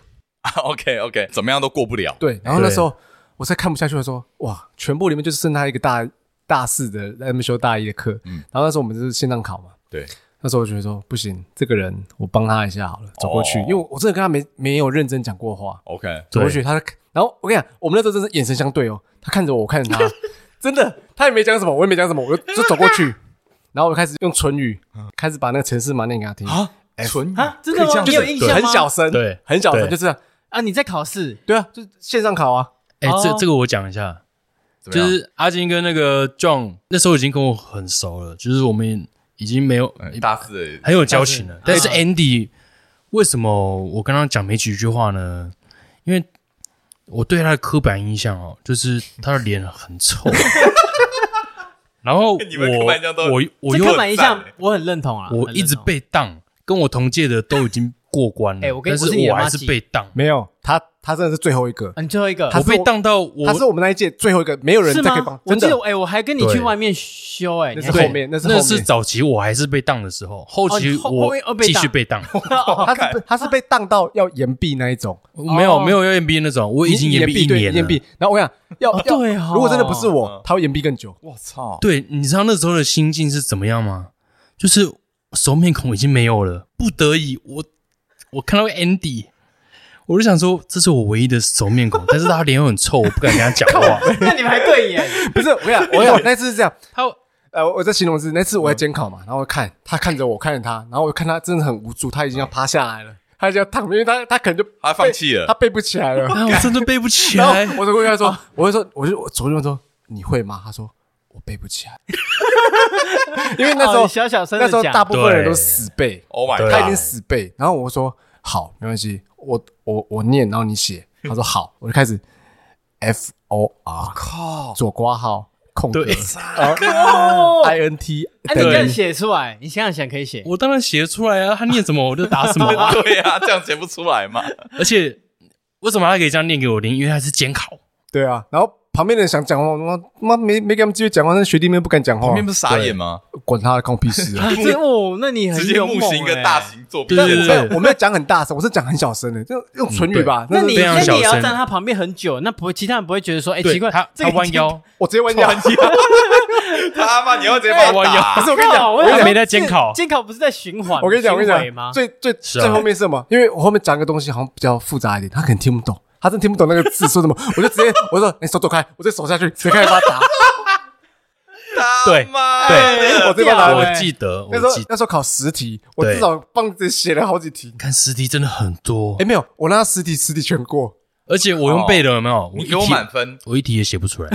S2: OK OK，怎么样都过不了。
S1: 对，然后那时候我才看不下去，我说哇，全部里面就剩他一个大大四的在那边修大一的课，
S2: 嗯
S1: 然后那时候我们就是线上考嘛，
S2: 对，
S1: 那时候我觉得说不行，这个人我帮他一下好了，走过去，
S2: 哦
S1: 因为我真的跟他没没有认真讲过话，
S2: OK，
S1: 走过去他在，然后我跟你讲，我们那时候真是眼神相对哦，他看着我，我看着 他，真的，他也没讲什么，我也没讲什么，我就就走过去，然后我开始用唇语开始把那个城市码念给他听，
S2: 啊，
S1: 哎
S2: 纯
S4: 啊，嗯哦真
S2: 可
S4: 的
S2: 以这
S4: 吗？
S2: 样
S4: 你
S2: 子
S4: 有印
S1: 就
S4: 象吗？
S1: 很小声，
S3: 对
S1: 很小声，
S3: 对
S1: 就是
S4: 啊，你在考试
S1: 对啊，就线上考啊，
S3: 哎，
S4: 哦
S3: 这这个我讲一下，
S2: 怎么
S3: 就
S2: 样
S3: 是阿金跟那个 John 那时候已经跟我很熟了，就是我们已经没有
S2: 哎大哎四
S3: 很有交情了。但
S4: 但是
S3: 是 Andy 为什么我刚刚讲没几句话呢？因为我对他的刻板印象哦，就是他的脸很 臭。然后
S2: 你们刻板印象都
S3: 我我我
S4: 这
S3: 又
S4: 刻板印象
S2: 很赞，
S4: 我很认同啊，
S3: 我
S4: 很
S3: 一
S4: 认
S3: 直
S4: 同
S3: 被当，跟我同届的都已经过关了，
S4: 哎我跟
S3: 但
S4: 我是你
S3: 是
S4: 的
S3: 我还
S4: 妈
S3: 是
S4: 吉
S3: 被当，
S1: 没有，他他真的是最后一个，
S4: 啊，你最后一个，
S1: 他
S3: 我
S1: 是
S3: 被
S1: 我
S3: 当到我
S1: 他是我们那一届最后一个，没有人
S4: 是
S1: 再可以
S4: 吗
S1: 帮，？
S4: 我
S1: 真
S4: 记
S1: 的
S4: 得，哎、我还跟你去
S3: 对
S4: 外面修、哎，
S1: 那
S4: 你
S1: 是
S4: 还
S1: 后面，那是后
S3: 那
S1: 面，
S3: 是早期我还是被当的时候，后期
S4: 哦后后
S3: 我
S4: 面又被
S3: 继
S4: 当哦
S3: 续被 当，
S1: 他是被他
S4: 啊
S1: 是被当到要延毕那一种，
S3: 没有
S4: 哦
S3: 没有要 MBA 那种，我已经
S1: 延
S3: 毕一
S1: 对
S3: 年了
S1: 延。毕，然后我想要
S4: 哦
S1: 要
S4: 对哦
S1: 如果真的不是我，他会延毕更久，
S3: 嗯
S2: 我操，
S3: 对，你知道那时候的心境是怎么样吗？就是熟面孔已经没有了，不得已我我看到 Andy，我就想说这是我唯一的熟面 孔，但是他脸又很臭，我不敢跟他讲话。
S4: 那你们还对眼，
S1: 不是 我想我想那次是这样，
S3: 他
S1: 呃，我在形容是那次我在监考嘛，然后我看他看着我看着他，然后我看他真的很无助，他已经要趴下来了，他已经要躺，因为他他可能就
S2: 他放弃了
S1: 他背不起来了，
S3: 啊，我真的背不起
S1: 然后
S3: 来。
S1: 我就过去跟他说，我就说，我就我昨天说你会吗？他说我背不起来，因为那时
S4: 哦
S1: 候
S4: 你小小声
S1: 那
S4: 的
S1: 时候
S4: 讲
S1: 大部分人都死背，
S2: ，Oh my
S3: 对
S1: 他已
S2: god，
S1: 经死背。然后我说好，没关系，我我我念，然后你写。他说好，我就开始 F O R
S2: 靠，
S1: 左括号空格
S3: 对
S1: I N T
S4: 哎、你这样
S1: 等于
S4: 写出来，你想想想可以写，
S3: 我当然写出来啊，他念什么我就打什 么 啊。
S2: 对呀，这样写不出来嘛，
S3: 而且为什么他可以这样念给我听？因为他是监考，
S1: 对啊，然后。旁边的人想讲话，我妈妈没没给他们机会讲话，那学弟妹不敢讲话
S2: 旁，边不是傻眼吗？
S1: 管他的，关我屁事 啊！
S4: 啊，这哦，那你很
S2: 直接
S4: 勇
S2: 木
S4: 猛
S2: 行一个
S4: 哎
S2: 大型作弊
S3: 对
S1: 但
S2: 现场，
S1: 我没有我没有讲很大声，我是讲很小声的，就用唇语吧。
S4: 那
S1: 是
S4: 你
S3: 非常
S4: 那你
S3: 小
S4: 也要
S3: 声
S4: 站他旁边很久，那不会，其他人不会觉得说，哎、
S3: 对
S4: 奇怪，
S3: 他
S4: 这
S3: 他
S4: 个
S3: 弯
S4: 已经，
S3: 腰，
S1: 我直接弯腰，
S2: 他妈你要直接把我
S3: 对
S2: 打
S1: 可是
S4: 我
S1: 我跟你讲，
S4: 我
S3: 也
S1: 我
S4: 想
S1: 跟你讲
S4: 说
S3: 没在监考
S4: 这监考不是在循环，
S1: 我跟你讲，我跟
S4: 巡
S1: 你
S4: 回吗
S1: 讲，？最最
S3: 是啊
S1: 最后面是什么？因为我后面讲一个东西好像比较复杂一点，他可能听不懂，他真听不懂那个字说什么， 我就直接我就说你哎手走开，我就手下去，直接开始把他打。
S2: 他
S3: 对
S2: 妈
S3: 对
S2: 的
S1: 我这边拿
S4: 掉
S1: 了
S4: 哎
S3: 我记得，
S1: 那时候
S3: 我记得
S1: 那时候考十题，我
S3: 对
S1: 至少帮自己写了好几题。
S3: 看实题真的很多
S1: 哎，，没有，我拿十题十题全过，
S3: 而且我用背的有没有？
S2: 你
S3: 一
S2: 给我
S3: 题
S2: 满分，
S3: 我一题也写不出来。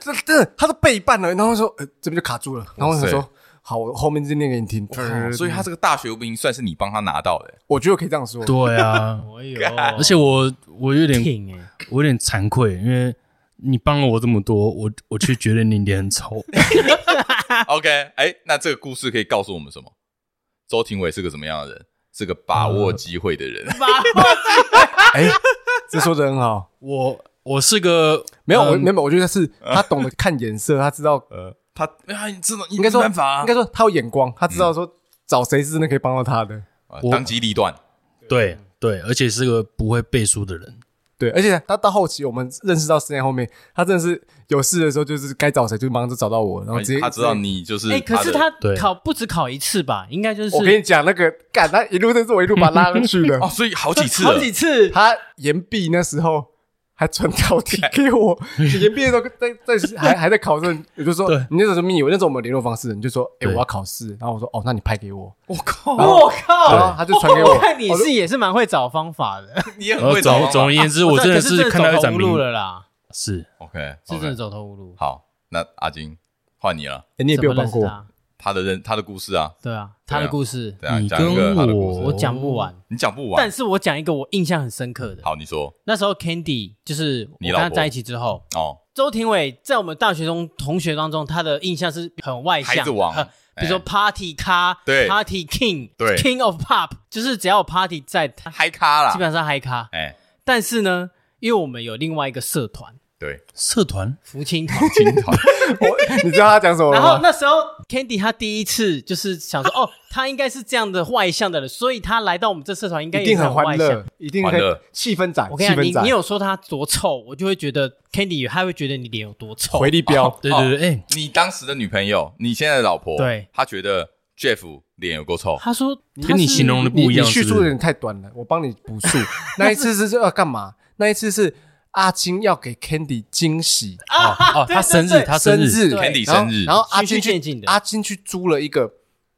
S1: 这这他是背一半了，然后说呃这边就卡住了，然后我想
S2: 哇
S1: 说。好，我后面就念给你听。
S2: 嗯所以他这个大学无名算是你帮他拿到的，
S1: 我觉得我可以这样说，
S3: 对啊，
S4: 哎呦，
S2: 干
S3: 而且我我有点
S4: 挺哎、
S3: 我有点惭愧，因为你帮了我这么多，我我却觉得你脸很丑。
S2: OK，哎、那这个故事可以告诉我们什么？周庭伟是个什么样的人？是个把握机会的人。
S1: 哎，这说的很好。
S3: 我我是个
S1: 没有，我
S3: 嗯
S1: 没有，我觉得是他懂得看颜色，他知道
S2: 呃， 他啊，你真的
S1: 应该说
S2: 没办法、啊，嗯
S1: 应该说他有眼光，他知道说找谁是真的可以帮到他的。
S2: 啊
S3: 我
S2: 当机立断。
S3: 对对，而且是个不会背书的人。
S1: 对，而且他到后期我们认识到十年后面，他真的是有事的时候就是该找谁就马上就找到我，然后直接
S2: 哎他知道。你就是的。
S4: 哎、可是他
S3: 对
S4: 考不止考一次吧？应该就是
S1: 我跟你讲，那个干
S2: 哦
S1: 他一路都是我一路把他拉上去的
S2: 哦，。所以好几次
S4: 好
S2: 了。
S4: 几次，
S1: 他岩壁那时候，还传考题 给我，以前毕业的时候在在还还在考试，我就说
S3: 对
S1: 你那时候是密友，那时候我们有联络方式，你就说哎、
S3: 对
S1: 我要考试，然后我说哦，那你拍给我，
S2: 我靠，
S1: 然后
S4: 哦我靠！
S1: 然后啊他就传给我
S4: 我看你是也是蛮会找方法的。
S2: 你也
S3: 然
S2: 很
S3: 后
S2: 会找
S3: 呃总
S2: 方
S3: 总
S2: 法
S3: 而言之，
S4: 哦
S3: 我
S4: 对
S3: 真的
S4: 可是
S3: 是看到一
S4: 走
S3: 盏
S4: 投无路
S3: 明，
S4: 了啦，
S3: 是
S2: OK，
S4: 是真
S2: OK
S4: 的走投无路。
S2: 好，那阿金换你了，
S1: 哎你也被我帮
S4: 怎么认识啊
S1: 过，
S2: 他
S4: 他？
S2: 的人他的故事啊，
S4: 对啊，他的故事
S2: 对啊，
S3: 你
S2: 讲一个
S3: 跟
S2: 他的故事，
S4: 我讲不完，
S2: 你讲不完
S4: 但。是我讲一个我印象很深刻的。
S2: 好，你说
S4: 那时候 Candy 就是我
S2: 你
S4: 跟
S2: 老婆
S4: 他在一起之后，
S2: 哦，
S4: 周廷伟在我们大学中同学当中，他的印象是很外向，
S2: 孩子王
S4: 很比如说
S2: 哎
S4: Party 咖，
S2: 对
S4: ，Party King，
S2: 对
S4: ，King of Pop，就是只要有 Party 在，他
S2: 嗨咖啦，
S4: 基本上嗨咖。
S2: 哎，
S4: 但是呢，因为我们有另外一个社团
S2: 对，
S3: 社团
S4: 福 清团，
S2: 青 团
S1: 我哦你知道他讲什么
S4: 然后
S1: 吗？
S4: 那时候 Candy 他第一次就是想说，哦，他应该是这样的外向的人，所以他来到我们这社团应该
S1: 一
S4: 也
S1: 定
S4: 是
S1: 很
S4: 外
S1: 欢
S4: 向
S1: 乐。，一定
S2: 欢
S1: 很
S2: 乐
S1: 气氛仔，
S4: 我跟
S1: 气
S4: 你讲，
S1: 氛
S4: 你
S1: 仔
S4: 你，有说他多臭，我就会觉得 Candy 他会觉得你脸有多臭。
S1: 回力
S4: 哦
S1: 镖，
S3: 对对对，哎，
S2: 你当时的女朋友，你现在的老婆，
S4: 对
S2: 她觉得 Jeff 脸有够臭，
S4: 他说他
S3: 跟你
S4: 是
S3: 形容的
S1: 你
S3: 不一
S1: 你
S3: 样，
S1: 叙
S3: 是
S1: 述
S3: 不
S1: 有
S3: 是？
S1: 点太短了，我帮你补述。 那一次是要呃干嘛？那一次是阿金要给 Candy 惊喜，
S3: 哦哦，他生
S4: 对
S3: 日，
S4: 对
S3: 他
S1: 生
S3: 生日，
S4: 哎对
S2: Candy
S1: 然后
S2: 生日
S1: 然后阿金
S4: 循序渐
S1: 去
S4: 进的
S1: 阿金去租了一个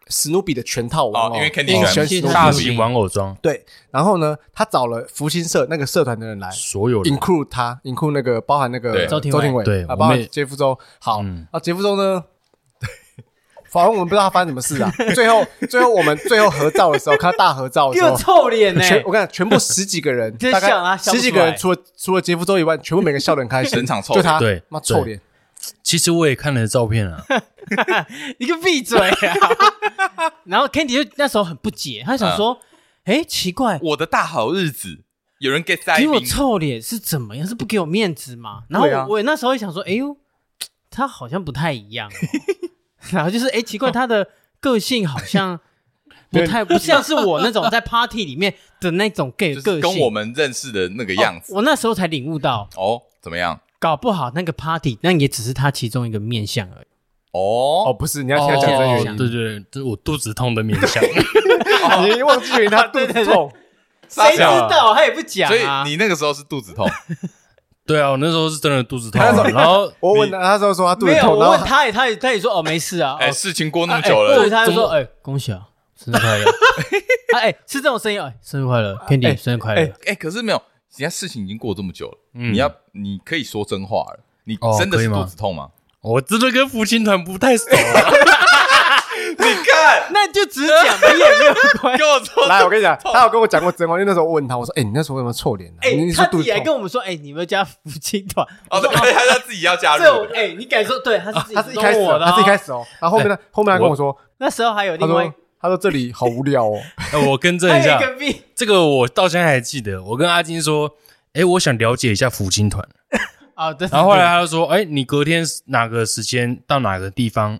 S1: 史努比的全套玩
S2: 哦因为 Candy
S1: 因为
S2: 喜欢
S1: 喜
S4: 史努比
S1: 欢
S3: 大
S1: 史努比。
S3: 型玩偶装，
S1: 对，然后呢，他找了福星社那个社团的人来
S3: 所有人
S1: ，include 他，include 那个包含那个
S2: 对
S1: 周
S4: 周庭
S1: 廷周
S4: 伟
S1: 廷伟，
S3: 对
S1: 啊，
S3: 我
S1: 包
S3: 们也
S1: 含杰夫周。好
S3: 嗯，
S1: 啊，杰夫周呢， 反正我们不知道他发生什么 事啊。最后，最后我们最后合照的时候，看到大合照的 时
S4: 又
S1: 候，
S4: 臭脸欸呢、
S1: 全我跟你讲，全部十几 个人，
S4: 真
S1: 大概
S4: 像啊笑不
S1: 十几
S4: 出
S1: 个
S4: 来
S1: 人，除了除了杰夫周以外，全部每个人笑得很开心，
S2: 整场臭
S1: 就
S2: 脸
S1: 他，
S3: 对
S1: 妈
S3: 对
S1: 臭脸，
S3: 其实我也看了照片啊，
S4: 你个闭嘴啊！ 然后 Candy 就那时候很不解，他想说，哎、奇怪，
S2: 我的大好日子，有人 get 在
S4: 给我
S2: 冰，
S4: 臭脸是怎么样？是不给我面子吗？然后
S1: 对啊
S4: 我我那时候也想说，哎呦，他好像不太一样、哦。 然后就是，哎，奇怪，他的个性好像不太不像是我那种在 party 里面的那种 gay
S2: 就
S4: 的
S2: 是
S4: 个性。
S2: 跟我们认识的那个
S4: 哦
S2: 样子
S4: 我那时候才领悟到，
S2: 哦，怎么样？
S4: 搞不好那个 party 那也只是他其中一个面相而已。
S1: 哦，
S2: 哦，
S1: 不是，你要听他讲真
S4: 哦
S1: 原
S3: 对对对，这是我肚子痛的面 相，
S1: 因，
S4: 哦
S1: 你忘记原因他 肚子痛，
S4: 谁知
S2: 小啊
S4: 道？他也不讲
S2: 所以
S4: 啊。哦
S2: 你那个时候是肚子痛，
S3: 对啊，我那时候是真的肚子痛啊
S1: 他那时，候
S3: 然后
S1: 我问他，他说说他肚子
S4: 没有，
S1: 痛，然
S4: 我
S1: 后
S4: 问他也，他也他也说哦没事啊。
S2: 哎，
S4: 哦
S2: 事情过那
S4: 啊
S2: 么久
S4: 哎对，
S2: 了，
S4: 他就说
S3: 怎么
S4: 哎恭喜啊，生日快乐。他哎是这种声音，哎生日快乐
S1: 哎
S4: ，Candy 生日快乐
S1: 哎。
S2: 哎，可是没有，人家事情已经过这么久了，
S3: 嗯
S2: 你要你可以说真话了，你
S3: 哦
S2: 真的
S3: 可以
S2: 是
S3: 吗
S2: 肚子痛吗？
S3: 哦我真的跟福清团不太熟 啊，
S2: 你看，
S4: 那你就只讲吧，也没有关 系
S2: 给。我说
S1: 来，我 跟你讲，他有跟我讲过真话，因为那时候我问他，我说，哎，你那时候为什么臭脸啊？
S4: 哎
S1: 你，是
S4: 他
S1: 肚
S4: 自
S1: 子
S4: 己还跟
S1: 痛，
S4: 我们说，哎，你们家福清团，
S2: 哦， 对，他他自己要加入
S4: 这我
S2: 的，
S4: 哎，你敢说对？他是
S1: 他
S4: 自
S1: 是
S4: 己
S1: 一开始
S4: 弄我
S1: 哦，
S4: 的哦，
S1: 他是一开始哦，然后后面呢，后面他跟我说，
S4: 那时候还有
S1: 他
S4: 另外
S1: 说，他说这里好无聊哦，
S3: 哎我更正
S4: 还
S3: 一
S4: 有
S3: 下
S4: 一，个 B，
S3: 这个我到现在还记得，我跟阿金说，哎，我想了解一下福清团，
S4: 啊，对
S3: 然后后来他就说，哎，你隔天哪个时间到哪个地方，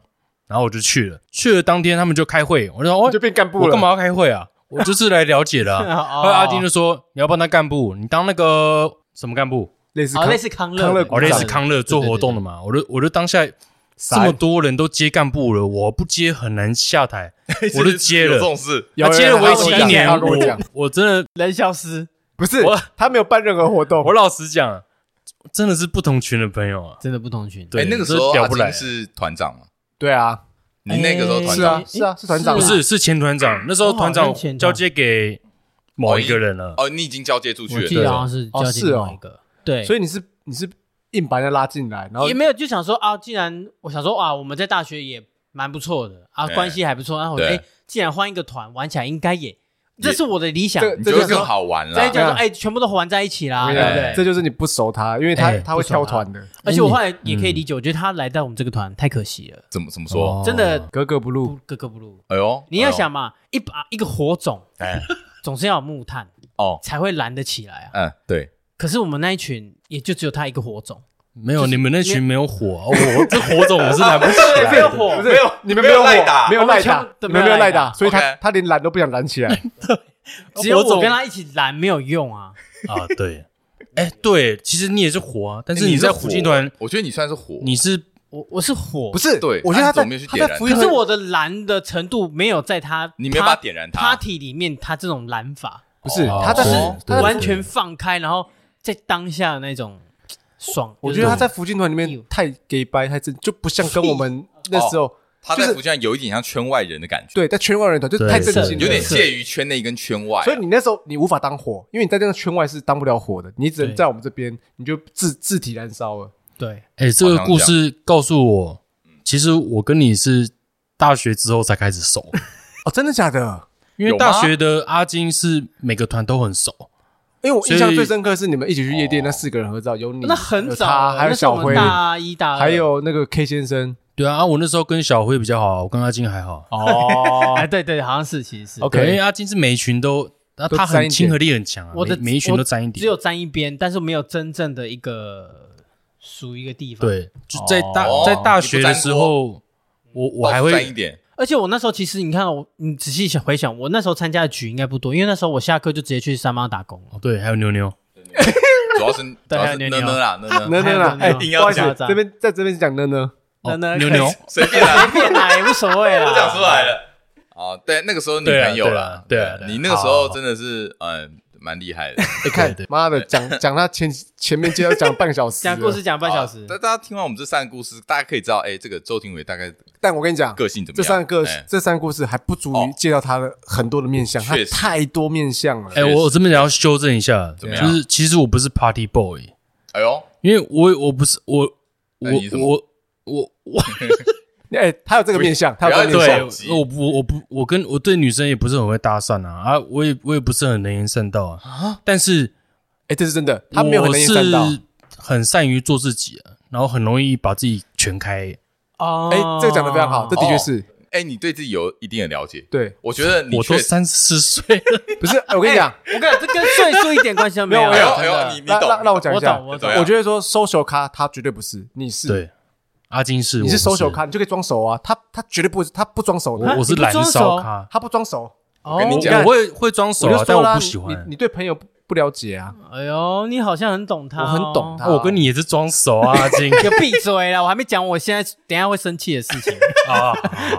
S3: 然后我就去了，去了当天他们就开会，我就说，
S1: 我
S3: 哦
S1: 就，变干部
S3: 我
S1: 了，
S3: 干嘛？要开会啊？我就是来了解的、 啊。
S4: 哦
S3: 后来阿丁就说：“你要帮他干部，你当那个什么干部？
S1: 类似
S4: 哦，
S1: 康
S4: 类似康乐的，
S1: 康乐
S3: 哦，
S1: 鼓掌
S3: 类似康乐做活动的嘛。”我就我就当下这么多人都接干部了，我不接很难下 台。我就接
S2: 有
S3: 了
S2: 这，种事，
S1: 有
S3: 他接了为期一年，
S1: 他跟我讲
S3: 我，我真的，
S4: 人消失，
S1: 不是
S3: 我，
S1: 他没有办任何活动
S3: 我，老实讲，真的是不同群的朋友啊。
S4: 真的不同群。
S3: 对，
S2: 哎，那个时候
S3: 这
S2: 阿
S3: 聊不来
S2: 金。是团长嘛？
S1: 对啊，
S2: 你那个时候团
S1: 是
S2: 长
S1: 啊，是啊，是团长啊，
S3: 不是，是前团
S2: 哦
S3: 长。那时候团
S4: 我
S3: 长
S4: 好像前团
S3: 交接给某一个人了。
S2: 哦，你已经交接出去
S4: 我
S2: 了，
S4: 记得好像是
S1: 哦
S4: 交进
S1: 是哦
S4: 另外一个，对，
S1: 所
S4: 以
S1: 以你是你是硬把人家拉进来，然后
S4: 也没有就想说啊，既然我想说啊，我们在大学也蛮不错的啊，
S2: 对
S4: 关系还不错，然后我
S2: 哎对
S4: 哎，既然换一个团玩起来，应该也这是我的理想。
S1: 这啊
S2: 你
S1: 这
S2: 觉
S1: 就
S2: 得
S1: 是
S2: 更好玩
S4: 再
S2: 啦。
S4: 讲说，
S1: 对
S4: 哎，全部都玩在一起啦，
S1: 我跟你
S4: 对
S1: 讲
S4: 不
S2: 哎
S1: 这
S4: 对？
S1: 就是你不熟他，因为他
S3: 哎
S1: 他会挑团的，
S4: 而且我后来也可以
S2: 嗯
S4: 理解，我觉得他来到我们这个团太可惜了，
S2: 怎么怎么说？
S1: 哦
S4: 真的
S1: 格格不入
S4: 不。格格不入。
S2: 哎呦，
S4: 你要
S2: 哎呦
S4: 想嘛，一把一个火种
S2: 哎，
S4: 总是要有木炭
S2: 哦，
S4: 才会燃得起来啊。
S2: 嗯，对，
S4: 可是我们那一群也就只有他一个火种，
S3: 没有，你们那群没有火啊，我这火种我是拦不起
S4: 对，
S3: 来
S4: 没有
S3: 的。
S4: 火
S1: 不，是你们没有
S2: 没有赖
S1: 我
S2: 打
S1: 没有
S4: 我们
S1: 赖
S4: 全
S1: 打
S4: 部，都
S1: 你
S4: 没
S1: 们
S4: 有
S1: 没有
S4: 赖
S1: 赖
S4: 打
S1: 打，所以他
S2: OK
S1: 他连懒都不想懒起来。
S4: 只有
S3: 火种
S4: 哦我跟他一起燃没有用啊。
S3: 啊，对，哎，对，其实你也是火啊，但
S2: 哎
S3: 是你在
S2: 火
S3: 虎集团，
S2: 我觉得你算是火，
S3: 你是
S4: 我我是火，
S1: 不是，
S2: 对
S1: 我觉得
S2: 那你怎
S1: 他在
S2: 么没有去
S1: 他
S2: 点
S1: 在
S2: 燃
S1: 福
S4: 可
S1: 音
S4: 是我的燃的程度没有在他
S2: 你没有办法
S4: par-
S2: 点燃它
S4: party 里面他这种燃法
S1: 不是
S3: 哦
S1: 他在
S3: 是
S1: 他在
S3: 对
S4: 完全放开，然后在当下的那种爽。
S1: 我觉得他在
S4: 就是
S1: 福建团里面太 gay 白，太正，就不像跟我们那时候
S2: 他
S1: 就
S2: 在
S1: 是
S2: 福建有一点像圈外人的感觉，
S1: 对在圈外人团就太正经了，
S2: 有点介于圈内跟圈外啊、
S1: 所以你那时候你无法当火，因为你在这个圈外是当不了火的，你只能
S4: 对
S1: 在我们这边，你就自自体燃烧了。
S4: 对，
S3: 哎、这个故事告诉我，其实我跟你是大学之后才开 始熟，
S1: 哦，真的假的？
S3: 因为大学的阿金是每个团都很熟，
S1: 因为我印
S3: 所
S1: 象
S3: 以
S1: 最深刻是你们一起去夜店，
S2: 哦
S1: 那四个人合照，有你，
S4: 那很
S1: 有
S4: 早
S1: 他，
S4: 了，
S1: 还有
S4: 那是我
S1: 小
S4: 们
S1: 辉，
S4: 大啊一大二，
S1: 还有那个 K 先生。
S3: 对啊，啊我那时候跟小辉比较好，我跟阿金还好。
S1: 哦
S4: 哎，对对，好像是，其实是
S1: OK
S3: 对，因为阿金是每一群都，啊、
S1: 都
S3: 他
S1: 沾
S3: 很
S1: 一点
S3: 亲和力很强啊，
S4: 我的
S3: 每每一群都沾一点，
S4: 只有沾一边，但是没有真正的一个属于一个地方。，
S3: 对，就在大、
S2: 哦
S3: 在大学的时候，我我还
S2: 沾一
S3: 会
S2: 点，
S4: 而且我那时候其实你看我，你仔细想回想，我那时候参加的局应该不多，因为那时候我下课就直接去三妈打工了。
S3: 哦对，还有妞妞，
S2: 主 要是主
S4: 对
S2: 要
S4: 还
S2: 是
S4: 有
S2: 呢
S4: 妞妞
S2: 呢啦，呢呢
S1: 呢呢啦，
S4: 还
S1: 哎，
S4: 有
S1: 不
S2: 硬要
S1: 好意思
S4: 讲，
S1: 这边在这边讲呢呢，
S3: 哦
S4: 那那
S3: 妞 妞
S2: 随便啦，
S4: 变来无所谓啦，
S2: 都讲出来了。哦，对，那个时候女
S3: 对啊
S2: 朋友
S3: 对啊
S2: 啦，
S3: 对啊对啊
S2: 你那个时候真的是嗯蛮厉害的，
S1: 你看
S3: 对，
S1: 妈的，讲讲他前前面介绍讲半小时，
S4: 讲故事，讲半小时
S1: 啊
S2: 好，大大家听完我们这三个故事，大家可以知道，哎，这个周庭伟大概
S1: 但我跟你讲，
S2: 个性怎么
S1: 这
S2: 样？
S1: 三个
S2: 哎
S1: 这三个故事还不足
S2: 哦
S1: 以介绍他的很多的面相，他
S2: 确实
S1: 太多面相了。
S3: 哎、
S2: 确实
S3: 我我这边也要修正一下，
S2: 怎么
S3: 就
S2: 样
S3: 是其实我不是 Party Boy，
S2: 哎呦，
S3: 因为我我不是我我
S2: 那你什么
S3: 我我我
S1: 哎，他有这个面相，他
S2: 要
S1: 有这个面
S3: 对
S1: 相
S2: 手，机
S3: 我不我不我跟我对女生也不是很会搭讪啊啊，我也我也不是很能言善道啊，但是
S1: 哎，这是真的，他没有很
S3: 我
S1: 能言善道。
S3: 是很善于做自己啊，然后很容易把自己全开。欸
S4: 哦
S1: 哎，这个讲的非常好，这的确是
S2: 哎，你对自己有一定的了解，
S1: 对，
S2: 我觉得你
S3: 我
S2: 确
S3: 都
S2: 实，
S3: 三十岁了，
S1: 不是？哎
S3: 啊
S1: 我跟你讲，
S4: 我跟你讲，这跟岁数一点关系都没有。啊
S1: 没有
S4: 真
S2: 哎呦
S4: 的
S2: 哎呦你
S1: 让
S2: 懂
S1: 让让我讲一下
S4: 我懂我，
S2: 懂对啊
S1: 我觉得说 social 咖他绝对不是，你是
S3: 对，阿金是
S1: 你是
S3: 我不
S1: social 咖，你就可以装熟啊，他他绝对不他不装熟
S3: 我
S1: 的，
S3: 我是
S4: 你不
S3: 懒
S4: 装
S3: 烧
S4: 熟
S3: 咖，
S1: 他不装熟。
S4: 我
S2: 跟你讲
S3: 我会会装熟
S1: 我就
S3: 啊，但我
S1: 说啦，
S3: 不
S1: 你
S3: 喜欢
S1: 你。你对朋友不不了解啊，
S4: 哎呦，你好像很懂他、
S1: 我很懂他
S3: 啊我跟你也是装熟啊，阿 金
S4: 就闭嘴啦！我还没讲我现在等一下会生气的事 情。
S3: 啊，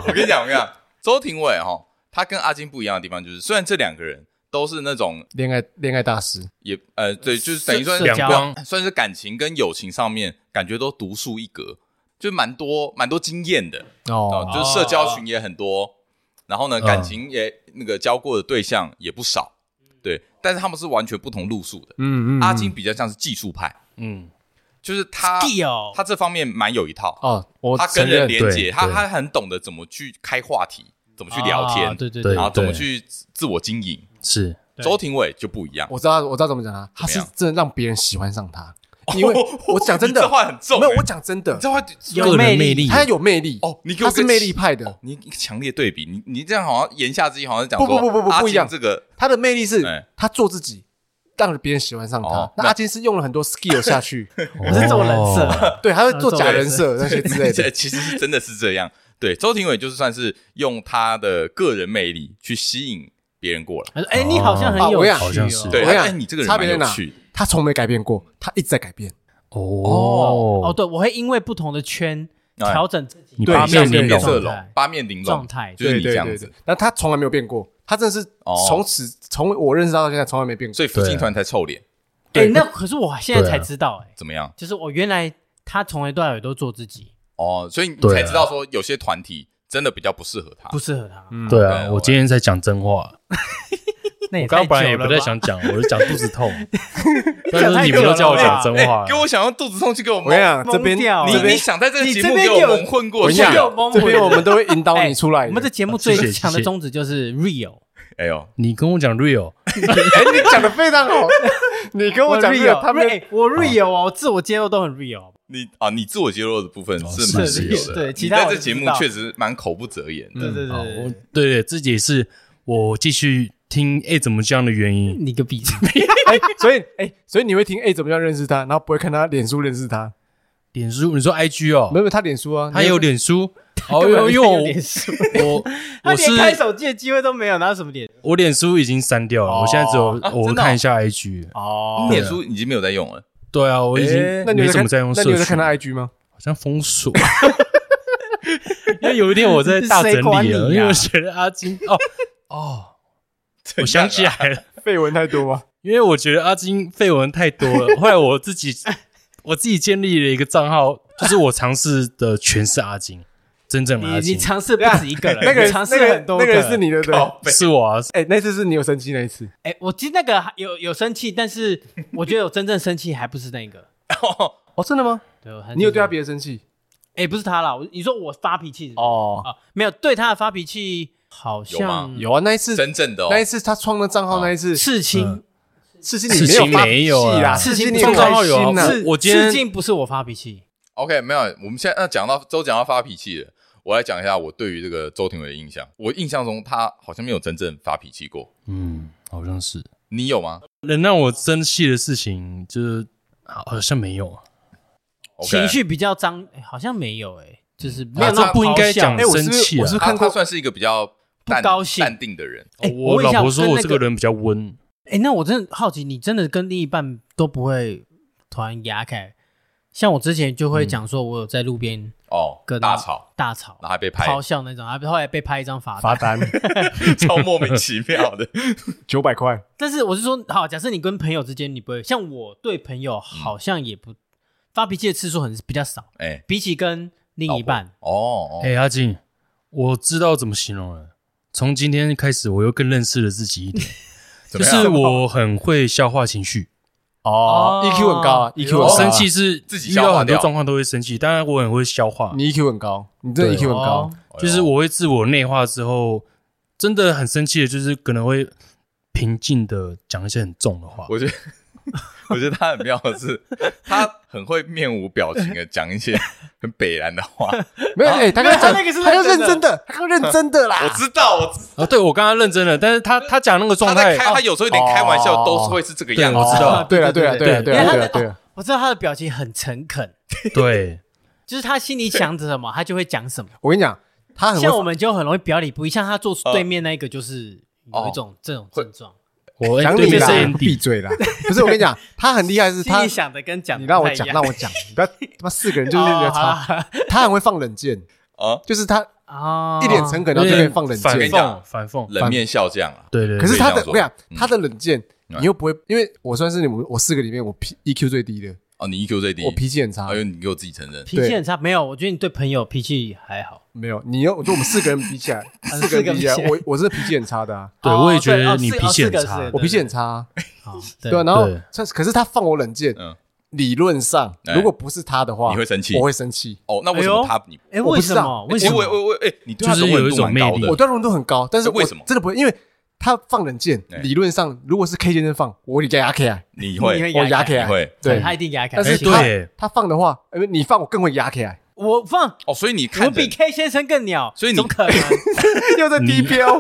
S2: 我跟你讲，我跟你讲，周庭伟哈，他跟阿金不一样的地方就是，虽然这两个人都是那种
S1: 恋爱恋爱大师，
S2: 也呃，对，就是等于说
S4: 社
S3: 两光
S2: 算是感情跟友情上面，感觉都独树一格，就蛮多蛮多经验的哦，
S1: 哦，
S2: 就是社交群也很多，然后呢，
S3: 嗯
S2: 感情也那个交过的对象也不少，对，但是他们是完全不同路数的。
S1: 嗯嗯，嗯
S2: 阿金比较像是技术派，
S3: 嗯，
S2: 就是他
S4: Skill
S2: 他这方面蛮有一套，
S1: 哦，我
S2: 他跟
S1: 承
S2: 人
S1: 认
S2: 连
S3: 对
S2: 接，他
S3: 对
S2: 他很懂得怎么去开话题，怎么去聊天
S4: 啊，对对
S3: 对
S2: 然后怎么去自我经营。
S3: 是
S4: 对
S2: 周庭伟就不一样，
S1: 我知道我知道怎么讲啊，他是真的让别人喜欢上他，因为我讲真
S2: 你
S1: 的
S2: 哦这，话很重，
S1: 没有
S2: 欸
S1: 我讲真的
S2: 你，这话
S4: 有
S3: 个人
S4: 魅
S3: 魅
S4: 力
S3: 力，
S1: 他有魅力
S2: 哦你给我
S1: 他
S2: 个
S1: 是魅力派的，
S2: 哦你一个强烈对比，你你这样好像言下之意好像是讲
S1: 不不
S2: 说
S1: 不不不
S2: 阿
S1: 不一
S2: 金
S1: 样
S2: 这个
S1: 他的魅力是
S2: 哎
S1: 他做自己，让别人喜欢上他
S2: 哦。
S1: 那
S2: 那
S1: 阿金是用了很多 skill 下去，
S4: 我是做人
S3: 哦
S4: 设，
S1: 对，他会做假人设那些之 类
S2: 这
S1: 的。
S2: 其实是真的是这样。对，周庭伟就是算是用他的个人魅力去吸引别人过来。
S4: 他说：“哎，你好像很有
S1: 哦我
S4: 趣
S1: 想
S4: 哦。
S3: 好像是
S2: 对，
S1: 我跟你
S2: 哎，
S1: 讲
S2: 你这个人
S1: 差别
S2: 蛮
S1: 在
S2: 有
S1: 哪
S2: 趣的。
S1: 他从没改变过，他一直在改变。
S4: 哦，
S3: 哦，
S4: 对，我会因为不同的圈
S1: 哦
S2: 哎
S4: 调整自己
S3: 你
S1: 对
S3: 八
S1: 像
S3: 面玲
S1: 是
S2: 变
S1: 变
S3: 珑，
S2: 色
S4: 色
S2: 龙
S4: 龙、
S2: 八面玲珑
S4: 状态
S2: 就是你
S1: 对
S2: 这样
S1: 对对
S2: 子
S1: 对。那他从来没有变过，他真的是
S2: 哦
S1: 从此从我认识到他现在从来没变过。
S2: 所以福建团才臭脸，
S4: 哎
S1: 对，
S4: 那可是我现
S3: 啊
S4: 在才知道，哎，
S2: 怎么样？
S4: 就是我原来他从来到尾都做自己，
S2: 哦，所以你
S3: 对啊
S2: 才知道说有些团体真的比较不适合他
S4: 不。适合他。
S1: 嗯
S3: 对
S2: 对
S3: 啊，我今天在讲真话，啊
S4: 那也
S3: 我刚刚本来
S4: 久
S3: 也
S4: 了
S3: 不太
S4: 吧
S3: 想讲，我是讲肚子痛， 但
S4: 讲
S3: 是
S4: 太
S3: 你们
S4: 久
S3: 都
S4: 了
S3: 叫我讲
S4: 吧
S3: 真话
S2: 哎，，给我想用肚子痛去给我
S1: 我跟你
S2: 蒙。
S1: 讲，这边
S4: 懵掉欸
S2: 你
S4: 了
S1: 这
S2: 你
S1: 边
S2: 想在这个
S4: 你
S2: 节
S4: 这
S2: 目
S4: 边
S2: 给我
S4: 有
S2: 蒙混
S1: 我
S2: 过
S1: 跟你
S2: 去
S1: 讲
S4: 有
S2: 啊？
S4: 蒙
S1: 这
S4: 混
S1: 边我们都会引导
S4: 哎
S1: 你出来的。
S4: 我们这节目
S3: 啊谢
S4: 最
S3: 谢
S4: 强
S3: 谢
S4: 的
S3: 谢
S4: 宗旨就是 real，
S2: 哎呦，
S3: 你跟我讲 real，
S1: 哎，你讲的非常 好，你跟我讲哎这
S4: real，
S1: 个，他
S4: 们
S1: 们
S3: 哦
S4: 我 real 啊，我自我揭露都很 real。
S2: 你啊，你自我揭露的部分
S3: 是
S2: 蛮
S3: 是
S2: 有
S3: 是
S2: 的。
S4: 哦对
S2: 你
S4: 其他
S2: 在
S4: 我
S2: 这
S4: 就
S2: 节
S4: 知
S2: 目
S4: 道
S2: 确实蛮口不择言的。
S4: 对对对
S3: 我
S4: 对，
S3: 对自己也是我继续听哎怎么这样的原因，
S4: 你个逼！
S1: 哎，所以哎，所以你会听哎怎么样认识他，然后不会看他脸书认识他，
S3: 脸书你说 IG
S1: 没
S3: 哦，
S1: 有他脸书啊，
S3: 他
S1: 你
S3: 有脸书，哦，因为因
S4: 有
S3: 为
S4: 脸书，
S3: 我我
S4: 他
S3: 我是
S4: 连开手机的机会都没有，哪有什么脸？
S3: 我脸书已经删掉了，
S1: 哦
S3: 我现在只有
S2: 啊
S3: 我
S2: 真
S3: 会
S2: 的哦
S3: 看一下 IG。
S1: 哦
S4: 嗯
S2: 你脸书已经没有在用了。
S3: 对啊，我已
S1: 哎
S3: 经
S1: 那你
S3: 没
S1: 有
S3: 怎么
S1: 看
S3: 在用社
S1: 那你有在
S3: 群
S1: 看，他 IG 吗？
S3: 好像封锁。 因为有一天我在大整
S4: 谁管
S3: 理
S4: 你啊
S3: 了，因为我觉得阿金哦哦，我想起来了，
S1: 绯闻太多吗？啊
S3: 因为我觉得阿金绯闻太多了，后来我自己我自己建立了一个账号，就是我尝试的全是阿金，真正的
S4: 你
S3: 阿
S4: 你
S3: 金
S4: 尝试不止一啊个 人，
S1: 那个
S4: 你尝试
S1: 那个
S4: 很多
S1: 那个人是
S4: 你
S1: 你的对吧。
S3: 是我啊，
S1: 哎、那次是你有生气那一次，
S4: 哎，我其实那个还有有生气，但是我觉得有真正生气还不是那个。
S1: 哦，真的吗？
S4: 对，我还是
S1: 你有对他别人生气？
S4: 哎，不是他啦，我你说我发脾气是不是
S1: 哦，
S4: 啊，没有对他的发脾气好像
S1: 有啊，那一次，
S2: 真正的哦
S1: 那，一次他创了账号那一次，
S3: 哦
S4: 刺
S3: 嗯
S4: 青，
S1: 事情
S3: 事情
S1: 你没
S3: 没
S1: 有
S3: 有
S1: 发脾气啦，
S3: 啊
S1: 事情
S4: 情
S1: 你
S3: 创
S1: 很
S3: 账
S1: 开
S3: 号有啊
S1: 心呐
S3: 我
S4: 刺
S3: 我今天
S4: 刺青不是我发脾气，
S2: OK，没有，我们现在那讲到周讲到发脾气了，我来讲一下我对于这个周庭伟的印象。我印象中他好像没有真正发脾气过，
S3: 嗯，好像是
S2: 你有吗
S3: 能让我生气的事情，就是好好像没有啊，
S2: ？OK，
S4: 情绪比较张，哎好像没有哎，就是没
S3: 啊
S4: 有那
S2: 这
S4: 么
S3: 不应该
S4: 咆哮
S3: 讲
S1: 哎我是
S3: 生气
S1: 我
S3: 啊
S1: 是。
S2: 他
S1: 看过
S2: 他算是一个比较淡
S4: 不高兴
S2: 淡定的人，
S4: 哎
S3: 我
S4: 我问一
S3: 老
S4: 下
S3: 婆说
S4: 跟
S3: 我
S4: 那
S3: 这个
S4: 个
S3: 人比较温，
S4: 哎、那我真的好奇，你真的跟另一半都不会突然压开？像我之前就
S3: 嗯
S4: 会讲说，我有在路边
S2: 哦，
S4: 跟
S2: 大吵，
S4: 大吵
S2: 然后还被拍
S4: 咆，哮那种，还后来被拍一张罚单。
S1: 罚单
S2: 超莫名其妙的。
S1: 九百块，
S4: 但是我是说，好，假设你跟朋友之间，你不会像我对朋
S3: 嗯
S4: 友好像也不、发脾气的次数很比较少，
S2: 哎，
S4: 比起跟另一半，
S2: 哦，
S3: 哎、
S2: 哦
S3: 阿金，我知道怎么形容了。从今天开始，我又更认识了自己一点，
S2: 怎
S3: 就
S2: 么样
S3: 是我很会消化情 绪。
S1: 哦
S4: 哦
S1: ，EQ 很高啊，EQ 很高
S3: 我
S1: 啊
S3: 生气是
S2: 自己
S3: 遇
S2: 消化
S3: 到很多
S2: 掉
S3: 状况都会生气，当然我很会消化，
S1: 你 EQ 很高，你真的
S3: 对，E
S1: EQ 很高
S4: 啊哦，
S2: 哎
S3: 就是我会自我内化之后，真的很生气的，就是可能会平静的讲一些很重的话。
S2: 我觉得， 我觉得他很妙的是，他很会面无表情的讲一些很北然的话。
S1: 没有，哎，他刚刚讲
S4: 哦没有他那个是
S1: 他刚
S4: 认真
S1: 认
S4: 的
S1: 真的，他刚认真的啦，
S2: 我知道，我知
S3: 啊，对我刚刚认真了，但是他他讲那个
S2: 他
S3: 状态
S2: 在，
S3: 哦
S2: 开， 他有时候有点开玩笑，
S1: 哦
S2: 都是会是这个
S3: 对
S2: 样子。
S3: 我知道
S1: 哦对
S4: 啊
S1: 了，对了，对
S3: 对
S1: 了，对了，对
S4: 因
S1: 了，
S4: 为他
S1: 对啊
S4: 的
S1: 了，
S4: 我知道他的表情很诚恳，
S3: 对，
S4: 就是他心里想着什么，他就会讲什么。
S1: 我跟你讲，他很会
S4: 像我们就很容易表里不一，像他坐对面那一个就是有一种
S1: 哦
S4: 这种症状，
S3: 我
S1: 讲
S3: 对
S1: 你
S3: 面
S1: 啦
S3: 是 a，
S1: 闭
S3: n
S1: 嘴啦，不是我跟你讲，他很厉害，是
S4: 心
S1: 他
S4: 里想的跟讲的
S1: 你让
S4: 不
S1: 我
S4: 太一
S1: 讲，
S4: 样
S1: 让我讲，你不要他妈四 个人就是那个
S4: 哦好
S1: 差，
S4: 啦
S1: 他很会放冷箭，
S2: 啊，
S1: 就是他
S4: 哦
S1: 一脸诚恳，然后就可以放冷
S3: 反
S1: 箭。
S3: 讽反讽，
S2: 冷面笑匠啊，
S3: 对对，
S1: 可
S3: 对
S1: 是他的
S2: 可以这样说
S1: 我跟你讲，他的冷箭
S2: 嗯
S1: 你又不会，因为我算是你们我四个里面我 P EQ 最低的，
S2: 哦，你 EQ 最低，
S1: 我啊脾气很差
S2: 哎。呦，你给我自己承认，
S4: 脾气很差。没有，我觉得你对朋友脾气还好。
S1: 没有，你又我觉得我们四个人比起 来，四个人比起来，
S4: 啊四个人比起来
S1: 我我是脾气很差的啊，
S3: 对
S4: 哦
S3: 我也觉
S4: 对
S3: 得
S4: 哦
S3: 你
S4: 是
S3: 脾气
S4: 哦
S3: 很
S4: 是个
S3: 差
S4: 是
S1: 我脾气很差啊，
S4: 好，对
S1: 对啊。然后
S3: 对
S1: 但是可是他放我冷箭，
S2: 嗯，
S1: 理论上
S2: 哎
S1: 如果不是他的话，
S2: 你会生气
S1: 我会生气。
S2: 哦，那为什么
S4: 哎呦
S2: 他你？
S4: 哎，
S1: 我
S4: 为
S1: 不知
S4: 什
S1: 道
S4: 么？为什
S2: 哎我
S4: 么？
S2: 我我哎，你对他
S3: 就是
S2: 容忍
S3: 有一
S2: 度
S3: 种
S2: 蛮
S3: 魅
S2: 高
S3: 力
S2: 的
S1: 我，对容忍度很高，但是
S2: 哎为
S1: 我
S2: 什么
S1: 真的不会？因为他放冷箭
S2: 哎，
S1: 理论上如果是 K 先生放，我理解压 K 啊，
S2: 你
S4: 你会
S2: 会
S1: 我压 K
S4: 起
S2: 你
S1: 啊，
S2: 会
S1: 对，
S4: 他一定给他看。
S1: 但是
S3: 哎
S1: 他
S3: 对
S1: 他放的话，呃你放我更会压起 来，
S4: 我放，
S2: 哦，所以你
S4: 我
S2: 看着
S4: 比 K 先生更鸟，
S2: 所以你
S4: 怎么可能？啊
S1: 又在低标，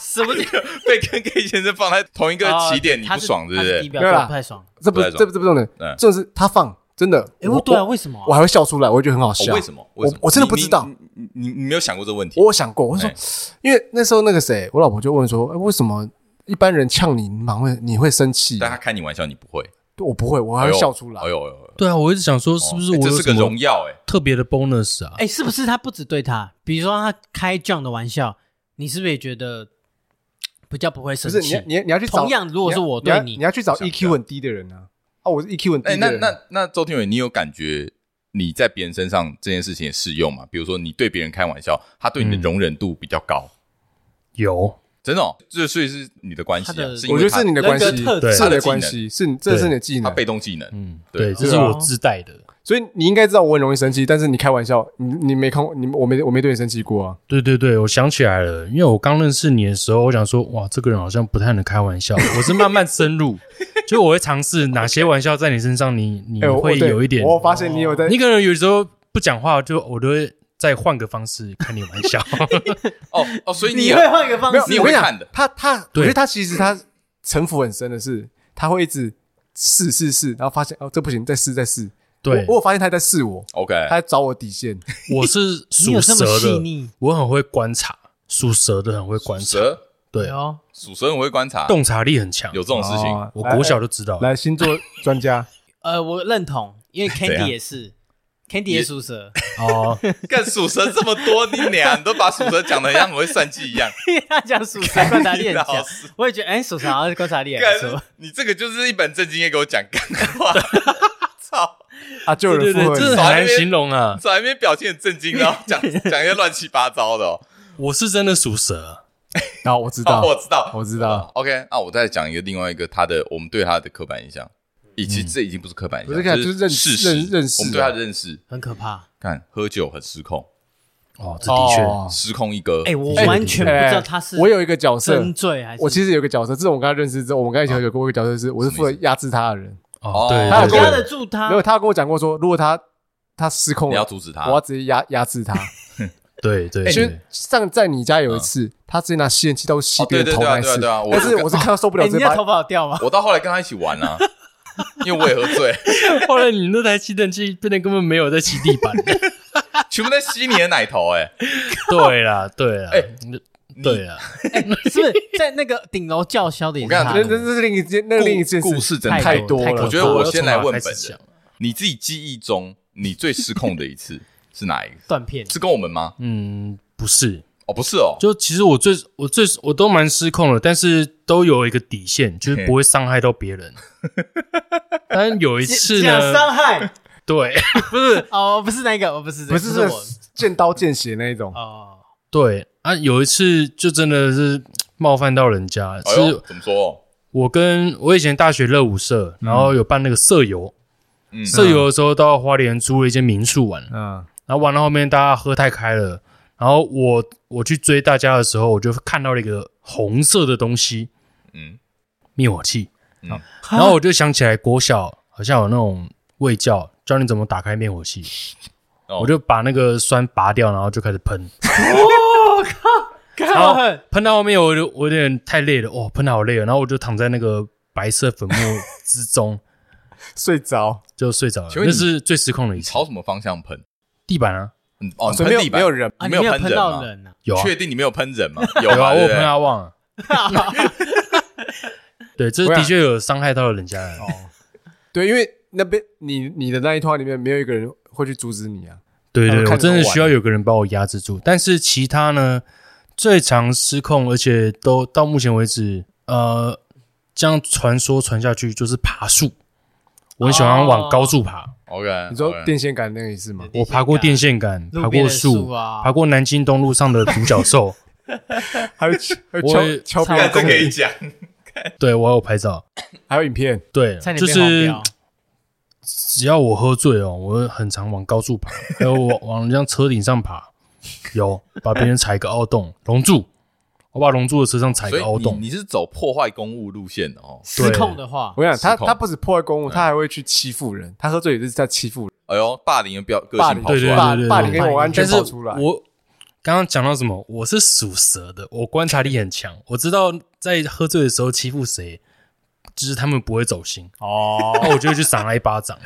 S4: 什么？
S2: 被跟 K 先生放在 同一个
S4: 哦
S2: 起点，你
S4: 他
S2: 不爽
S4: 是
S2: 对不
S4: 他是
S2: 对
S4: 低？标
S1: 没有啦
S4: 不太爽。
S1: 这不
S2: 不太
S1: 这
S2: 爽
S1: 这不重点
S2: 嗯，
S1: 重点是他放真的，
S4: 哎，我对啊，
S1: 我
S4: 为什么啊？
S1: 我还会笑出来，我觉得很好
S2: 哦
S1: 笑。
S2: 为什么？
S1: 我
S2: 为什么
S1: 啊我真的
S2: 你
S1: 不知道，
S2: 你你你你没有想过这个问题？
S1: 我有想过，我说
S2: 哎，
S1: 因为那时候那个谁，我老婆就问说，哎为什么一般人呛你，你蛮会你会生气？
S2: 但他开你玩笑，你不会，
S1: 我不会，我还
S2: 啊哎
S1: 会
S2: 呦
S1: 笑出来
S2: 哎。呦哎呦，哎呦
S3: 对啊，我一直想说是不是
S2: 哦哎
S3: 我
S2: 这
S3: 有
S2: 是个
S3: 什
S2: 荣
S3: 么
S2: 耀？哎，
S3: 特别的 bonus 啊？
S4: 哎，是不是他不只对他？比如说他开这样的玩笑，你是不是也觉得比较不会
S1: 不
S4: 生
S1: 是你
S4: 气
S1: 要？你要你要去找，
S4: 同样如果是
S1: 你要
S4: 我对
S1: 要
S4: 你
S1: 你要去找
S2: 想
S1: EQ 很低的人啊。哦，我是 EQ 很低
S2: 哎，
S1: 的
S2: 那
S1: 人。
S2: 那那周天伟，你有感觉你在别人身上这件事情也适用吗？比如说你对别人开玩笑，他对你的
S3: 嗯
S2: 容忍度比较高，
S3: 有，
S2: 真的哦，这所以是你的关系
S4: 他
S2: 啊，
S4: 的
S2: 是因
S1: 我
S2: 为
S1: 觉得
S2: 他
S1: 是你的
S4: 人
S1: 关系，
S4: 格
S1: 是
S4: 特质
S1: 你
S2: 他
S1: 的
S2: 的技
S1: 关
S2: 能
S1: 系，是你这是你的技
S2: 他
S1: 能。
S2: 被动技能，
S3: 嗯，
S2: 对
S3: 对，
S2: 啊
S3: 这是我自带的。
S1: 所以你应该知道我很容易生气，但是你开玩笑，你你没看过你我没我没对你生气过啊。
S3: 对对对，我想起来了，因为我刚认识你的时候，我想说，哇，这个人好像不太能开玩笑。我是慢慢深入， 就我会尝试哪些玩笑在你身上你，你
S1: 哎，我
S3: 会
S1: 对
S3: 有一点，
S1: 我发现你
S4: 哦
S1: 有在
S3: 你可能有时候不讲话，就我都会再换个方式开你玩笑。
S2: 哦哦，所以你
S4: 你会换一个方
S1: 没有，
S4: 式
S2: 你
S1: 我跟
S2: 会
S1: 讲
S2: 看的
S1: 他他，我
S3: 对
S1: 觉得他其实他城府很深的是，他会一直试试试，然后发现哦这不行，再试再试。
S3: 对
S1: 我，我有发现他在试我，
S2: OK，
S1: 他在找我底线。
S3: 我是
S4: 你
S3: 属
S4: 有这么
S3: 蛇
S4: 细
S3: 的，
S4: 腻？
S3: 我很会观察，属蛇的很会观察，
S2: 蛇
S3: 对，
S4: 哦，
S2: 属蛇很会观察，
S3: 洞察力很强。
S2: 有这种事情，
S1: 哦
S3: 我
S1: 来
S3: 国小就知道，
S1: 来星座专家，
S4: 呃，我认同，因为
S2: 怎样
S4: Candy 也是， Candy 也属 蛇，
S3: 哦，
S2: 干属蛇这么多，你俩你都把属蛇讲的像很会算计一 样，
S4: 他讲属蛇 观察力很
S2: 老
S4: 强，
S2: 师
S4: 我也觉得哎，属蛇好像观察力还不错
S2: 干。你这个就是一本正经也给我讲干话， 操，
S1: 啊，就有
S3: 对对
S1: 人附
S3: 对，
S1: 和
S3: 真
S1: 你
S3: 的很难形容啊！
S2: 在那边表现很震惊，然后 讲讲一些乱七八糟的哦。
S3: 我是真的属蛇，
S1: 啊，我知
S2: 哦
S1: 道，
S2: 我知道，
S1: 我知道。
S2: OK，那我再讲一个另外一个他的我们对他的刻板印象，以及这已经不是刻板印
S1: 嗯不是
S2: 象，
S1: 刻板
S2: 就
S1: 就是认
S2: 事实
S1: 认认识啊
S2: 我们对他的认识，
S4: 很可怕。
S2: 看喝酒很失控，
S3: 哦，这的确，
S1: 哦
S2: 失控一哥。
S4: 哎、我
S3: 哎
S4: 完全不知道他是
S1: 我有一个角色，
S4: 真醉还是
S1: 我其实有一个角色，自从我跟他认识之后，我们刚才一起喝酒，跟我一个角色是我是负责压制他的人。
S3: 哦，
S2: 他
S3: 对
S2: 有
S3: 对
S2: 跟
S4: 压
S2: 我
S3: 对，
S4: 得住他
S1: 没有，他有跟我讲过说，如果他他失控
S2: 你要
S1: 了，
S2: 阻止他
S1: 我，要直接压压制他。
S3: 对对对
S1: 其实，上在你家有一次，他直接拿吸尘器刀吸
S2: 嗯哦
S1: 别人
S2: 对对
S1: 头
S2: 对啊
S1: 那一次，
S2: 对啊对啊我
S1: 但是我是看到受不了，
S4: 哎
S1: 直
S4: 你
S1: 接
S4: 的
S1: 把
S4: 头发有掉吗？
S2: 我到后来跟他一起玩啊， 因为我也喝醉，
S3: 后来你那台吸尘器变得根本没有在吸地板。
S2: 全部在吸你的奶头，哎，
S3: 对啦，对啦，
S2: 哎
S3: 对啊啦，
S4: 是不是在那个顶楼叫嚣的也是
S2: 我跟
S4: 他
S2: 你
S1: 那？那那是另一件，那
S2: 故
S1: 另一件
S2: 故事真
S1: 太
S2: 的
S1: 太
S2: 多。
S1: 多了
S2: 我觉得我先来问本
S3: 本
S2: 人，你自己记忆中你最失控的一 次是哪一个？
S4: 断片，
S2: 是跟我们吗？
S3: 嗯，不是，
S2: 哦，不是哦，
S3: 就其实我最我最我都蛮失控的，但是都有一个底线，就是不会伤害到别人。但有一次
S4: 讲
S3: 呢，
S4: 伤害
S3: 对
S4: 哦，不是那个，我不是这
S1: 不
S4: 个，
S1: 是
S4: 这
S1: 这
S4: 我
S1: 见刀见血那一种，
S4: 哦，
S3: 对啊，有一次就真的是冒犯到人家，
S2: 哎呦
S3: 是，
S2: 怎么说？
S3: 我跟我以前大学热舞社，然后有办那个社游，
S2: 嗯，
S3: 社游的时候到花莲租了一间民宿玩，
S1: 嗯，
S3: 然后玩到后面大家喝太开了，然后我我去追大家的时候，我就看到了一个红色的东西，
S2: 嗯
S3: 灭火器，
S2: 嗯
S3: 然后我就想起来国小好像有那种卫教教你怎么打开灭火器，
S2: 哦
S3: 我就把那个栓拔掉，然后就开始喷，
S4: 然
S3: 后喷到后面我就我有点太累了，哇、喷的好累哦，然后我就躺在那个白色粉末之中
S1: 睡着，
S3: 就睡着了，
S2: 请问
S3: 那
S2: 你
S3: 是最失控的一次。
S2: 朝什么方向喷？
S3: 地板啊，
S2: 嗯，哦，
S1: 所
S2: 喷
S1: 以没有
S2: 地
S1: 没
S2: 板
S1: 有人，
S2: 你
S4: 啊，你
S2: 没有
S4: 有
S2: 喷
S4: 喷
S2: 人
S4: 到
S2: 吗
S4: 人啊，
S3: 有啊，
S2: 确定你没有喷 人吗？有
S3: 有啊，
S2: 吧，
S3: 我
S2: 对
S3: 有
S2: 不对
S3: 喷阿旺啊。对，这
S1: 我想
S3: 的确有伤害到人家的。
S1: 对，因为那边你你的那一团里面没有一个人会去阻止你啊，
S3: 对
S1: 他
S3: 对，对
S1: 们看
S3: 我真的
S1: 着玩
S3: 需要有个人把我压制住。但是其他呢，最常失控，而且都到目前为止，呃，这样传说传下去就是爬树。我很喜欢
S4: 哦
S3: 往高处爬，
S2: OK，
S1: 你说
S2: OK
S1: 电线杆那个也是吗？
S4: 电
S3: 我
S4: 线
S3: 爬过
S4: 杆
S3: 电线杆，
S4: 路
S3: 爬
S4: 边
S3: 过
S4: 的
S3: 树
S4: 树啊
S3: 爬过南京东路上的独角 兽。
S1: 还有还有
S3: 我也
S1: 敲敲别
S2: 干
S1: 人
S2: 这
S1: 公
S2: 可以
S1: 园，
S2: 讲，
S3: 对我有拍照，
S1: 还有影片，
S3: 对，
S4: 差点
S3: 就
S4: 变黄
S3: 是
S4: 标
S3: 只要我喝醉哦，我很常往高处爬，还有往往人家车顶上爬，有把别人踩个凹洞，龙柱，我把龙柱的车上踩
S2: 所
S3: 个凹
S2: 以你
S3: 洞，
S2: 你是走破坏公务路线的哦。
S4: 失控的话
S1: 我，跟你讲他
S2: 失控
S1: 他不止破坏公物，
S2: 嗯
S1: 他还会去欺负人，他喝醉也是在欺负人，
S2: 哎呦，霸凌的标个
S1: 霸
S2: 性
S1: 凌
S2: 跑出
S3: 对
S2: 来，
S1: 霸
S3: 对对
S1: 霸凌跟我完全
S3: 但是
S1: 跑出来，
S3: 我刚刚讲到什么？我是属蛇的，我观察力很强，我知道在喝醉的时候欺负谁，就是他们不会走心，
S1: 哦，
S3: 那我就会去赏他一巴掌。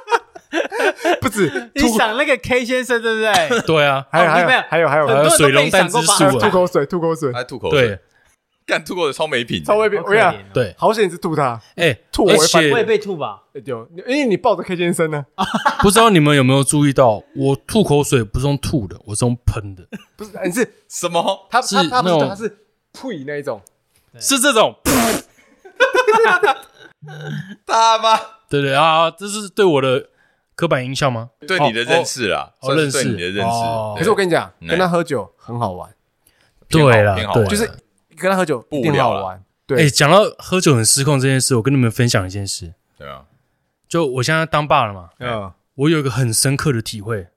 S1: 不止
S4: 你想那个 K 先生对 不对？
S3: 对啊，
S1: 还有
S4: 哦
S1: 哦还有
S4: 没有
S1: 还有还有
S3: 还
S1: 还
S3: 有
S4: 很
S1: 有
S4: 多
S3: 水
S4: 人都
S3: 龙
S4: 没
S3: 蛋
S4: 想
S3: 之
S4: 过把
S3: 术
S4: 耳
S1: 吐
S3: 啊，
S1: 口水，吐口水，
S2: 他吐口水
S3: 对，
S2: 干吐口水超没品的，
S1: 超未必，
S4: 好
S1: 我
S4: 可
S1: 跟你
S4: 怜
S1: 讲，
S4: 哦
S3: 对，
S1: 好险你是吐他，
S3: 哎，
S1: 吐我
S3: 而
S1: 会翻
S3: 且
S4: 我也被吐吧，
S1: 哎对哦，因为你抱着 K 先生呢，啊
S3: 不知道你们有没有注意到，我吐口水不是用吐的，我是用喷的，
S1: 不是你是
S2: 什么？
S1: 他
S3: 是
S1: 他他不
S3: 那
S1: 是
S3: 种
S1: 他是呸那一种，
S3: 是这种，
S2: 他吗？
S3: 对对啊，这是对我的刻板印象吗？
S2: 对你的认识啦，
S3: 哦哦
S2: 算是对你的
S3: 认识
S2: 认识
S3: 哦。
S2: 对
S1: 可是我跟你讲，
S2: 嗯
S1: 跟他喝酒很好玩，
S2: 偏好
S3: 对啦
S2: 偏好
S3: 对
S2: 玩
S1: 就是跟他喝酒一定很好玩，
S3: 哎、
S1: 对，
S3: 讲到喝酒很失控这件事，我跟你们分享一件事，
S2: 对啊，
S3: 就我现在当爸了嘛，
S1: 嗯，
S3: 我有一个很深刻的体会。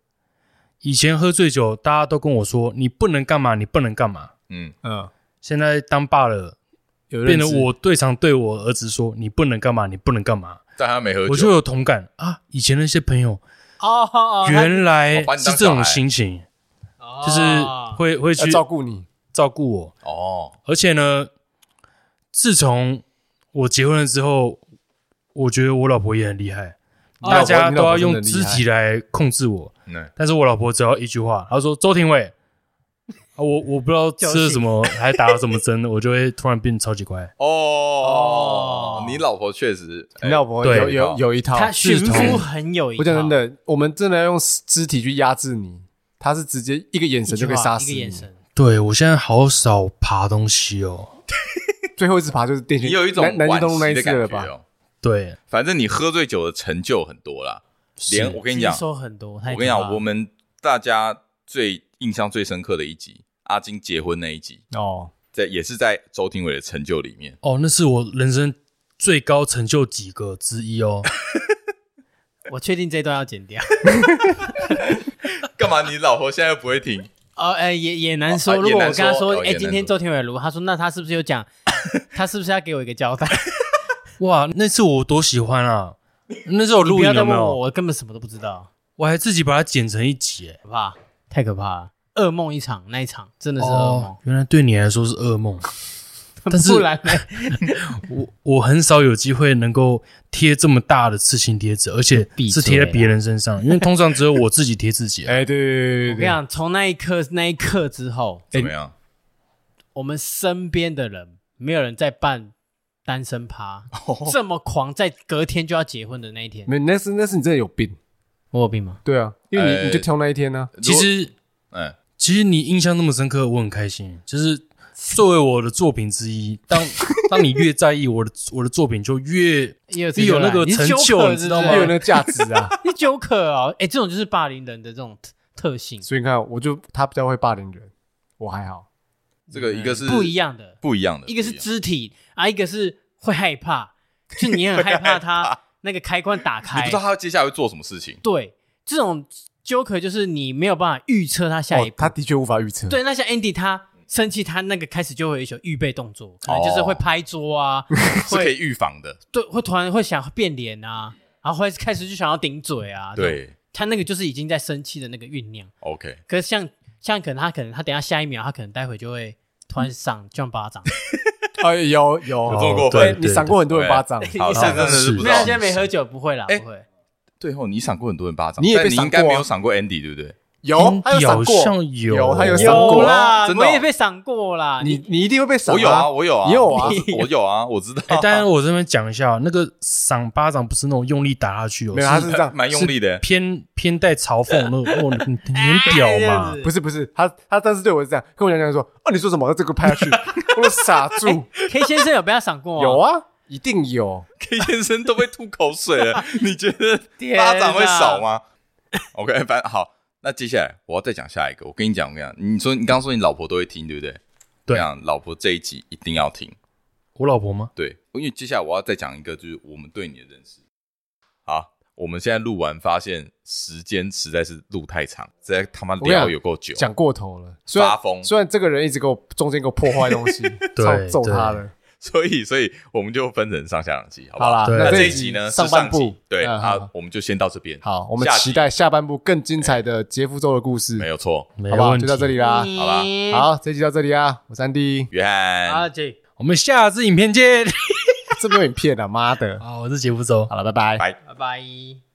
S3: 以前喝醉酒，大家都跟我说你不能干嘛，你不能干嘛。
S2: 嗯，
S1: 嗯，
S3: 现在当爸了，
S1: 有
S3: 变得
S1: 认识
S3: 我对常对我儿子说你不能干嘛，你不能干嘛，
S2: 但他没喝
S3: 我就
S2: 酒，
S3: 有同感啊。以前那些朋友
S4: 哦哦哦，他
S3: 原来
S2: 哦把你
S3: 是
S2: 当
S3: 这
S2: 小孩
S3: 种心情，
S4: 哦
S3: 就是会会
S1: 要
S3: 去
S1: 照顾
S3: 啊
S1: 你，
S3: 照顾我，
S2: 哦，
S3: 而且呢，自从我结婚了之后，我觉得我老婆也很厉害，
S4: 哦
S3: 大家
S1: 你
S3: 都
S1: 老
S3: 要
S1: 婆
S3: 用肢体来控制我。
S2: 嗯
S3: 但是我老婆只要一句话，她说：“周庭伟，啊我我不知道吃了什么，还打了什么针，我就会突然变超级乖。
S2: 哦，你老婆确实，哎
S1: 那我
S3: 对
S1: 有有有一套，
S4: 他
S1: 是
S4: 驯
S1: 同
S4: 服很有一
S1: 我
S4: 套，
S1: 讲真的，我们真的要用肢体去压制你，他是直接一个眼
S4: 一句话，
S1: 神就可以杀死
S4: 一个
S1: 你
S4: 眼。神，
S3: 对我现在好少爬东西哦。
S1: 最后一次爬就是电线，
S2: 你有一种
S1: 南南京
S2: 惋
S1: 东路那
S2: 惜
S1: 一
S2: 的
S1: 次
S2: 感
S1: 了
S2: 觉
S1: 吧？
S2: 哦。
S3: 对，
S2: 反正你喝醉酒的成就很多啦，连我跟你讲
S4: 吸，收很多，我
S2: 我跟你讲，我们大家最印象最深刻的一集，阿金结婚那一集，
S1: 哦，
S2: 在也是在周庭伟的成就里面。
S3: 哦，那是我人生最高成就几个之一哦。
S4: 我确定这段要剪掉。
S2: 干嘛？你老婆现在又不会听？
S4: 哦，哎，也也难
S2: 哦
S4: 说。
S2: 啊
S4: 如果
S2: 也
S4: 我
S2: 难
S4: 跟他
S2: 说
S4: 说
S2: 哦，也
S4: 哎，
S2: 难
S4: 今天
S2: 说
S4: 周天伟如，他说那他是不是有 讲？他是不是要给我一个交代？
S3: 哇，那次我多喜欢啊！那次我
S4: 你
S3: 录
S4: 不
S3: 影
S4: 要再
S3: 有
S4: 问
S3: 没
S4: 我，
S3: 有？
S4: 我根本什么都不知道，
S3: 我还自己把它剪成一集耶。
S4: 可怕，太可怕了。噩梦一场，那一场真的是噩梦
S3: 哦。，原来对你来说是噩梦。 但是
S4: 不然呢？
S3: 我我很少有机会能够贴这么大的刺青贴纸，而且
S4: 闭
S3: 是
S4: 嘴
S3: 贴在别
S4: 啊
S3: 人身上，因为通常只有我自己贴自己 啊。
S1: 哎，对对对
S4: 我跟
S1: 对
S4: 你
S1: 对，
S4: 讲，从那一刻那一刻之后，
S3: 哎
S2: 怎么样？
S4: 我们身边的人没有人在办单身趴，
S3: 哦
S4: 这么狂，在隔天就要结婚的那一天，
S1: 没那是那是你真的有病，
S4: 我有病吗？
S1: 对啊，因为
S2: 哎
S1: 你你就挑那一天啊呢，
S3: 其实
S2: 如果，嗯，
S3: 其实你印象那么深刻，我很开心。就是作为我的作品之一， 当当你越在意我的我的作品，就越
S4: 也有
S3: 必有那个
S4: 你是
S3: 成
S4: 纠
S3: 就
S4: 葛
S3: 你知道
S4: 是
S3: 吗
S4: 不
S1: 没
S4: 是
S1: 有那个价值啊。
S4: 你久可哦，哎，这种就是霸凌人的这种特特性，
S1: 所以你看，我就他比较会霸凌人，我还好。
S2: 这
S1: 嗯
S2: 个一个是
S4: 不一，样的，
S2: 不一样的，
S4: 一个是
S2: 不样
S4: 肢体啊，一个是会 害怕，就你很害怕他那个开关打
S2: 你
S4: 开
S2: 不知，道他接下来会做什么事情。
S4: 对，这种纠葛就是你没有办法预测他下一
S1: 哦，
S4: 步
S1: 他，的确无法预测。
S4: 对，那像 Andy 他。生气，他那个开始就会有一些预备动
S2: 哦
S4: 作，可能就是会拍桌啊，
S2: 是可
S4: 会
S2: 以预防的，
S4: 对，会突然会想变脸啊，然后会开始就想要顶嘴啊。这种，
S2: 对
S4: 他那个就是已经在生气的那个酝酿。
S2: ，OK，
S4: 可是像像可能他可能他等一下下一秒，他可能待会就会突
S2: 嗯
S4: 然上就像巴掌，
S1: 哎，有有
S3: 哦
S2: 有这么过
S1: 对
S2: 分？
S1: 你闪过很多人巴掌，
S2: 好，
S4: 你
S2: 那
S4: 闪
S2: 真的是不知
S4: 没有，
S2: 道
S4: 现。在没喝酒，不会啦，
S2: 哎
S4: 不会。
S2: 对哦，你闪过很多人巴掌，
S1: 你也被
S2: 但你
S1: 闪
S2: 应该
S1: 过啊
S2: 没有闪过 Andy，对不对？
S1: 有他有闪
S3: 好
S1: 过，
S3: 像有
S1: 有他有闪
S4: 嗯有
S1: 过
S4: 啦，
S2: 真的
S4: 我
S2: 哦
S4: 也被赏过啦。
S1: 你你一定会被闪。
S2: 我有啊，，我有啊，
S1: 你有啊
S2: 我是我有啊，我知道
S3: 哎、
S2: 啊。
S3: 当然我这边讲一下，那个赏巴掌不是那种用力打下去哦，
S1: 没有，他是这样，
S2: 蛮用力的，
S3: 偏偏带嘲讽那种， 哦，你你
S4: 哎
S3: 很屌
S4: 这样
S3: 嘛
S4: 子？
S1: 不是不是，他他当时对我是这样，跟我讲讲说，哦，你说什么？这个拍下 去，我都傻 住。
S4: K 先生有被他赏过吗？
S1: 有啊，一定有。
S2: K 先生都被吐口水 了，你觉得
S4: 天哪
S2: 巴掌会少吗？OK，反正
S1: 啊
S2: 好，那接下来我要再讲下一个。我跟你讲，我跟你讲，你说你刚刚说你老婆都会听，对不对？
S3: 对
S2: 我讲老婆这一集一定要听。
S3: 我老婆吗？
S2: 对，因为接下来我要再讲一个，就是我们对你的认识。好，我们现在录完发现时间实在是录太长，实在他妈
S1: 跟你
S2: 聊
S1: 讲
S2: 有够久。
S1: 讲过头了，虽然
S2: 发疯
S1: 虽然这个人一直给我中间给我破坏东 西，
S3: 对
S1: 操揍他
S3: 对
S1: 了。
S2: 所以，所以我们就分成上下两集，好不
S1: 好啦，
S3: 对
S2: 那
S1: 这
S2: 一集呢
S1: 上
S2: 是
S1: 半
S2: 集
S1: 部，
S2: 对
S1: 嗯
S2: 啊
S1: 好，
S2: 我们就先到这边。
S1: 好，我们
S2: 下集
S1: 期待下半部更精彩的杰夫州的故事，
S2: 没有错，
S3: 没
S1: 好不好？
S3: 问题，
S1: 就到这里啦。
S2: 好吧
S1: 啊好，这集到这里啊，我三 D，
S2: 约翰，
S4: 啊，这
S3: 我们下次影片见。
S1: 这没有影片啊，妈的！
S3: 好，我是杰夫周。
S1: 好了，拜拜。
S2: 拜
S4: 拜拜。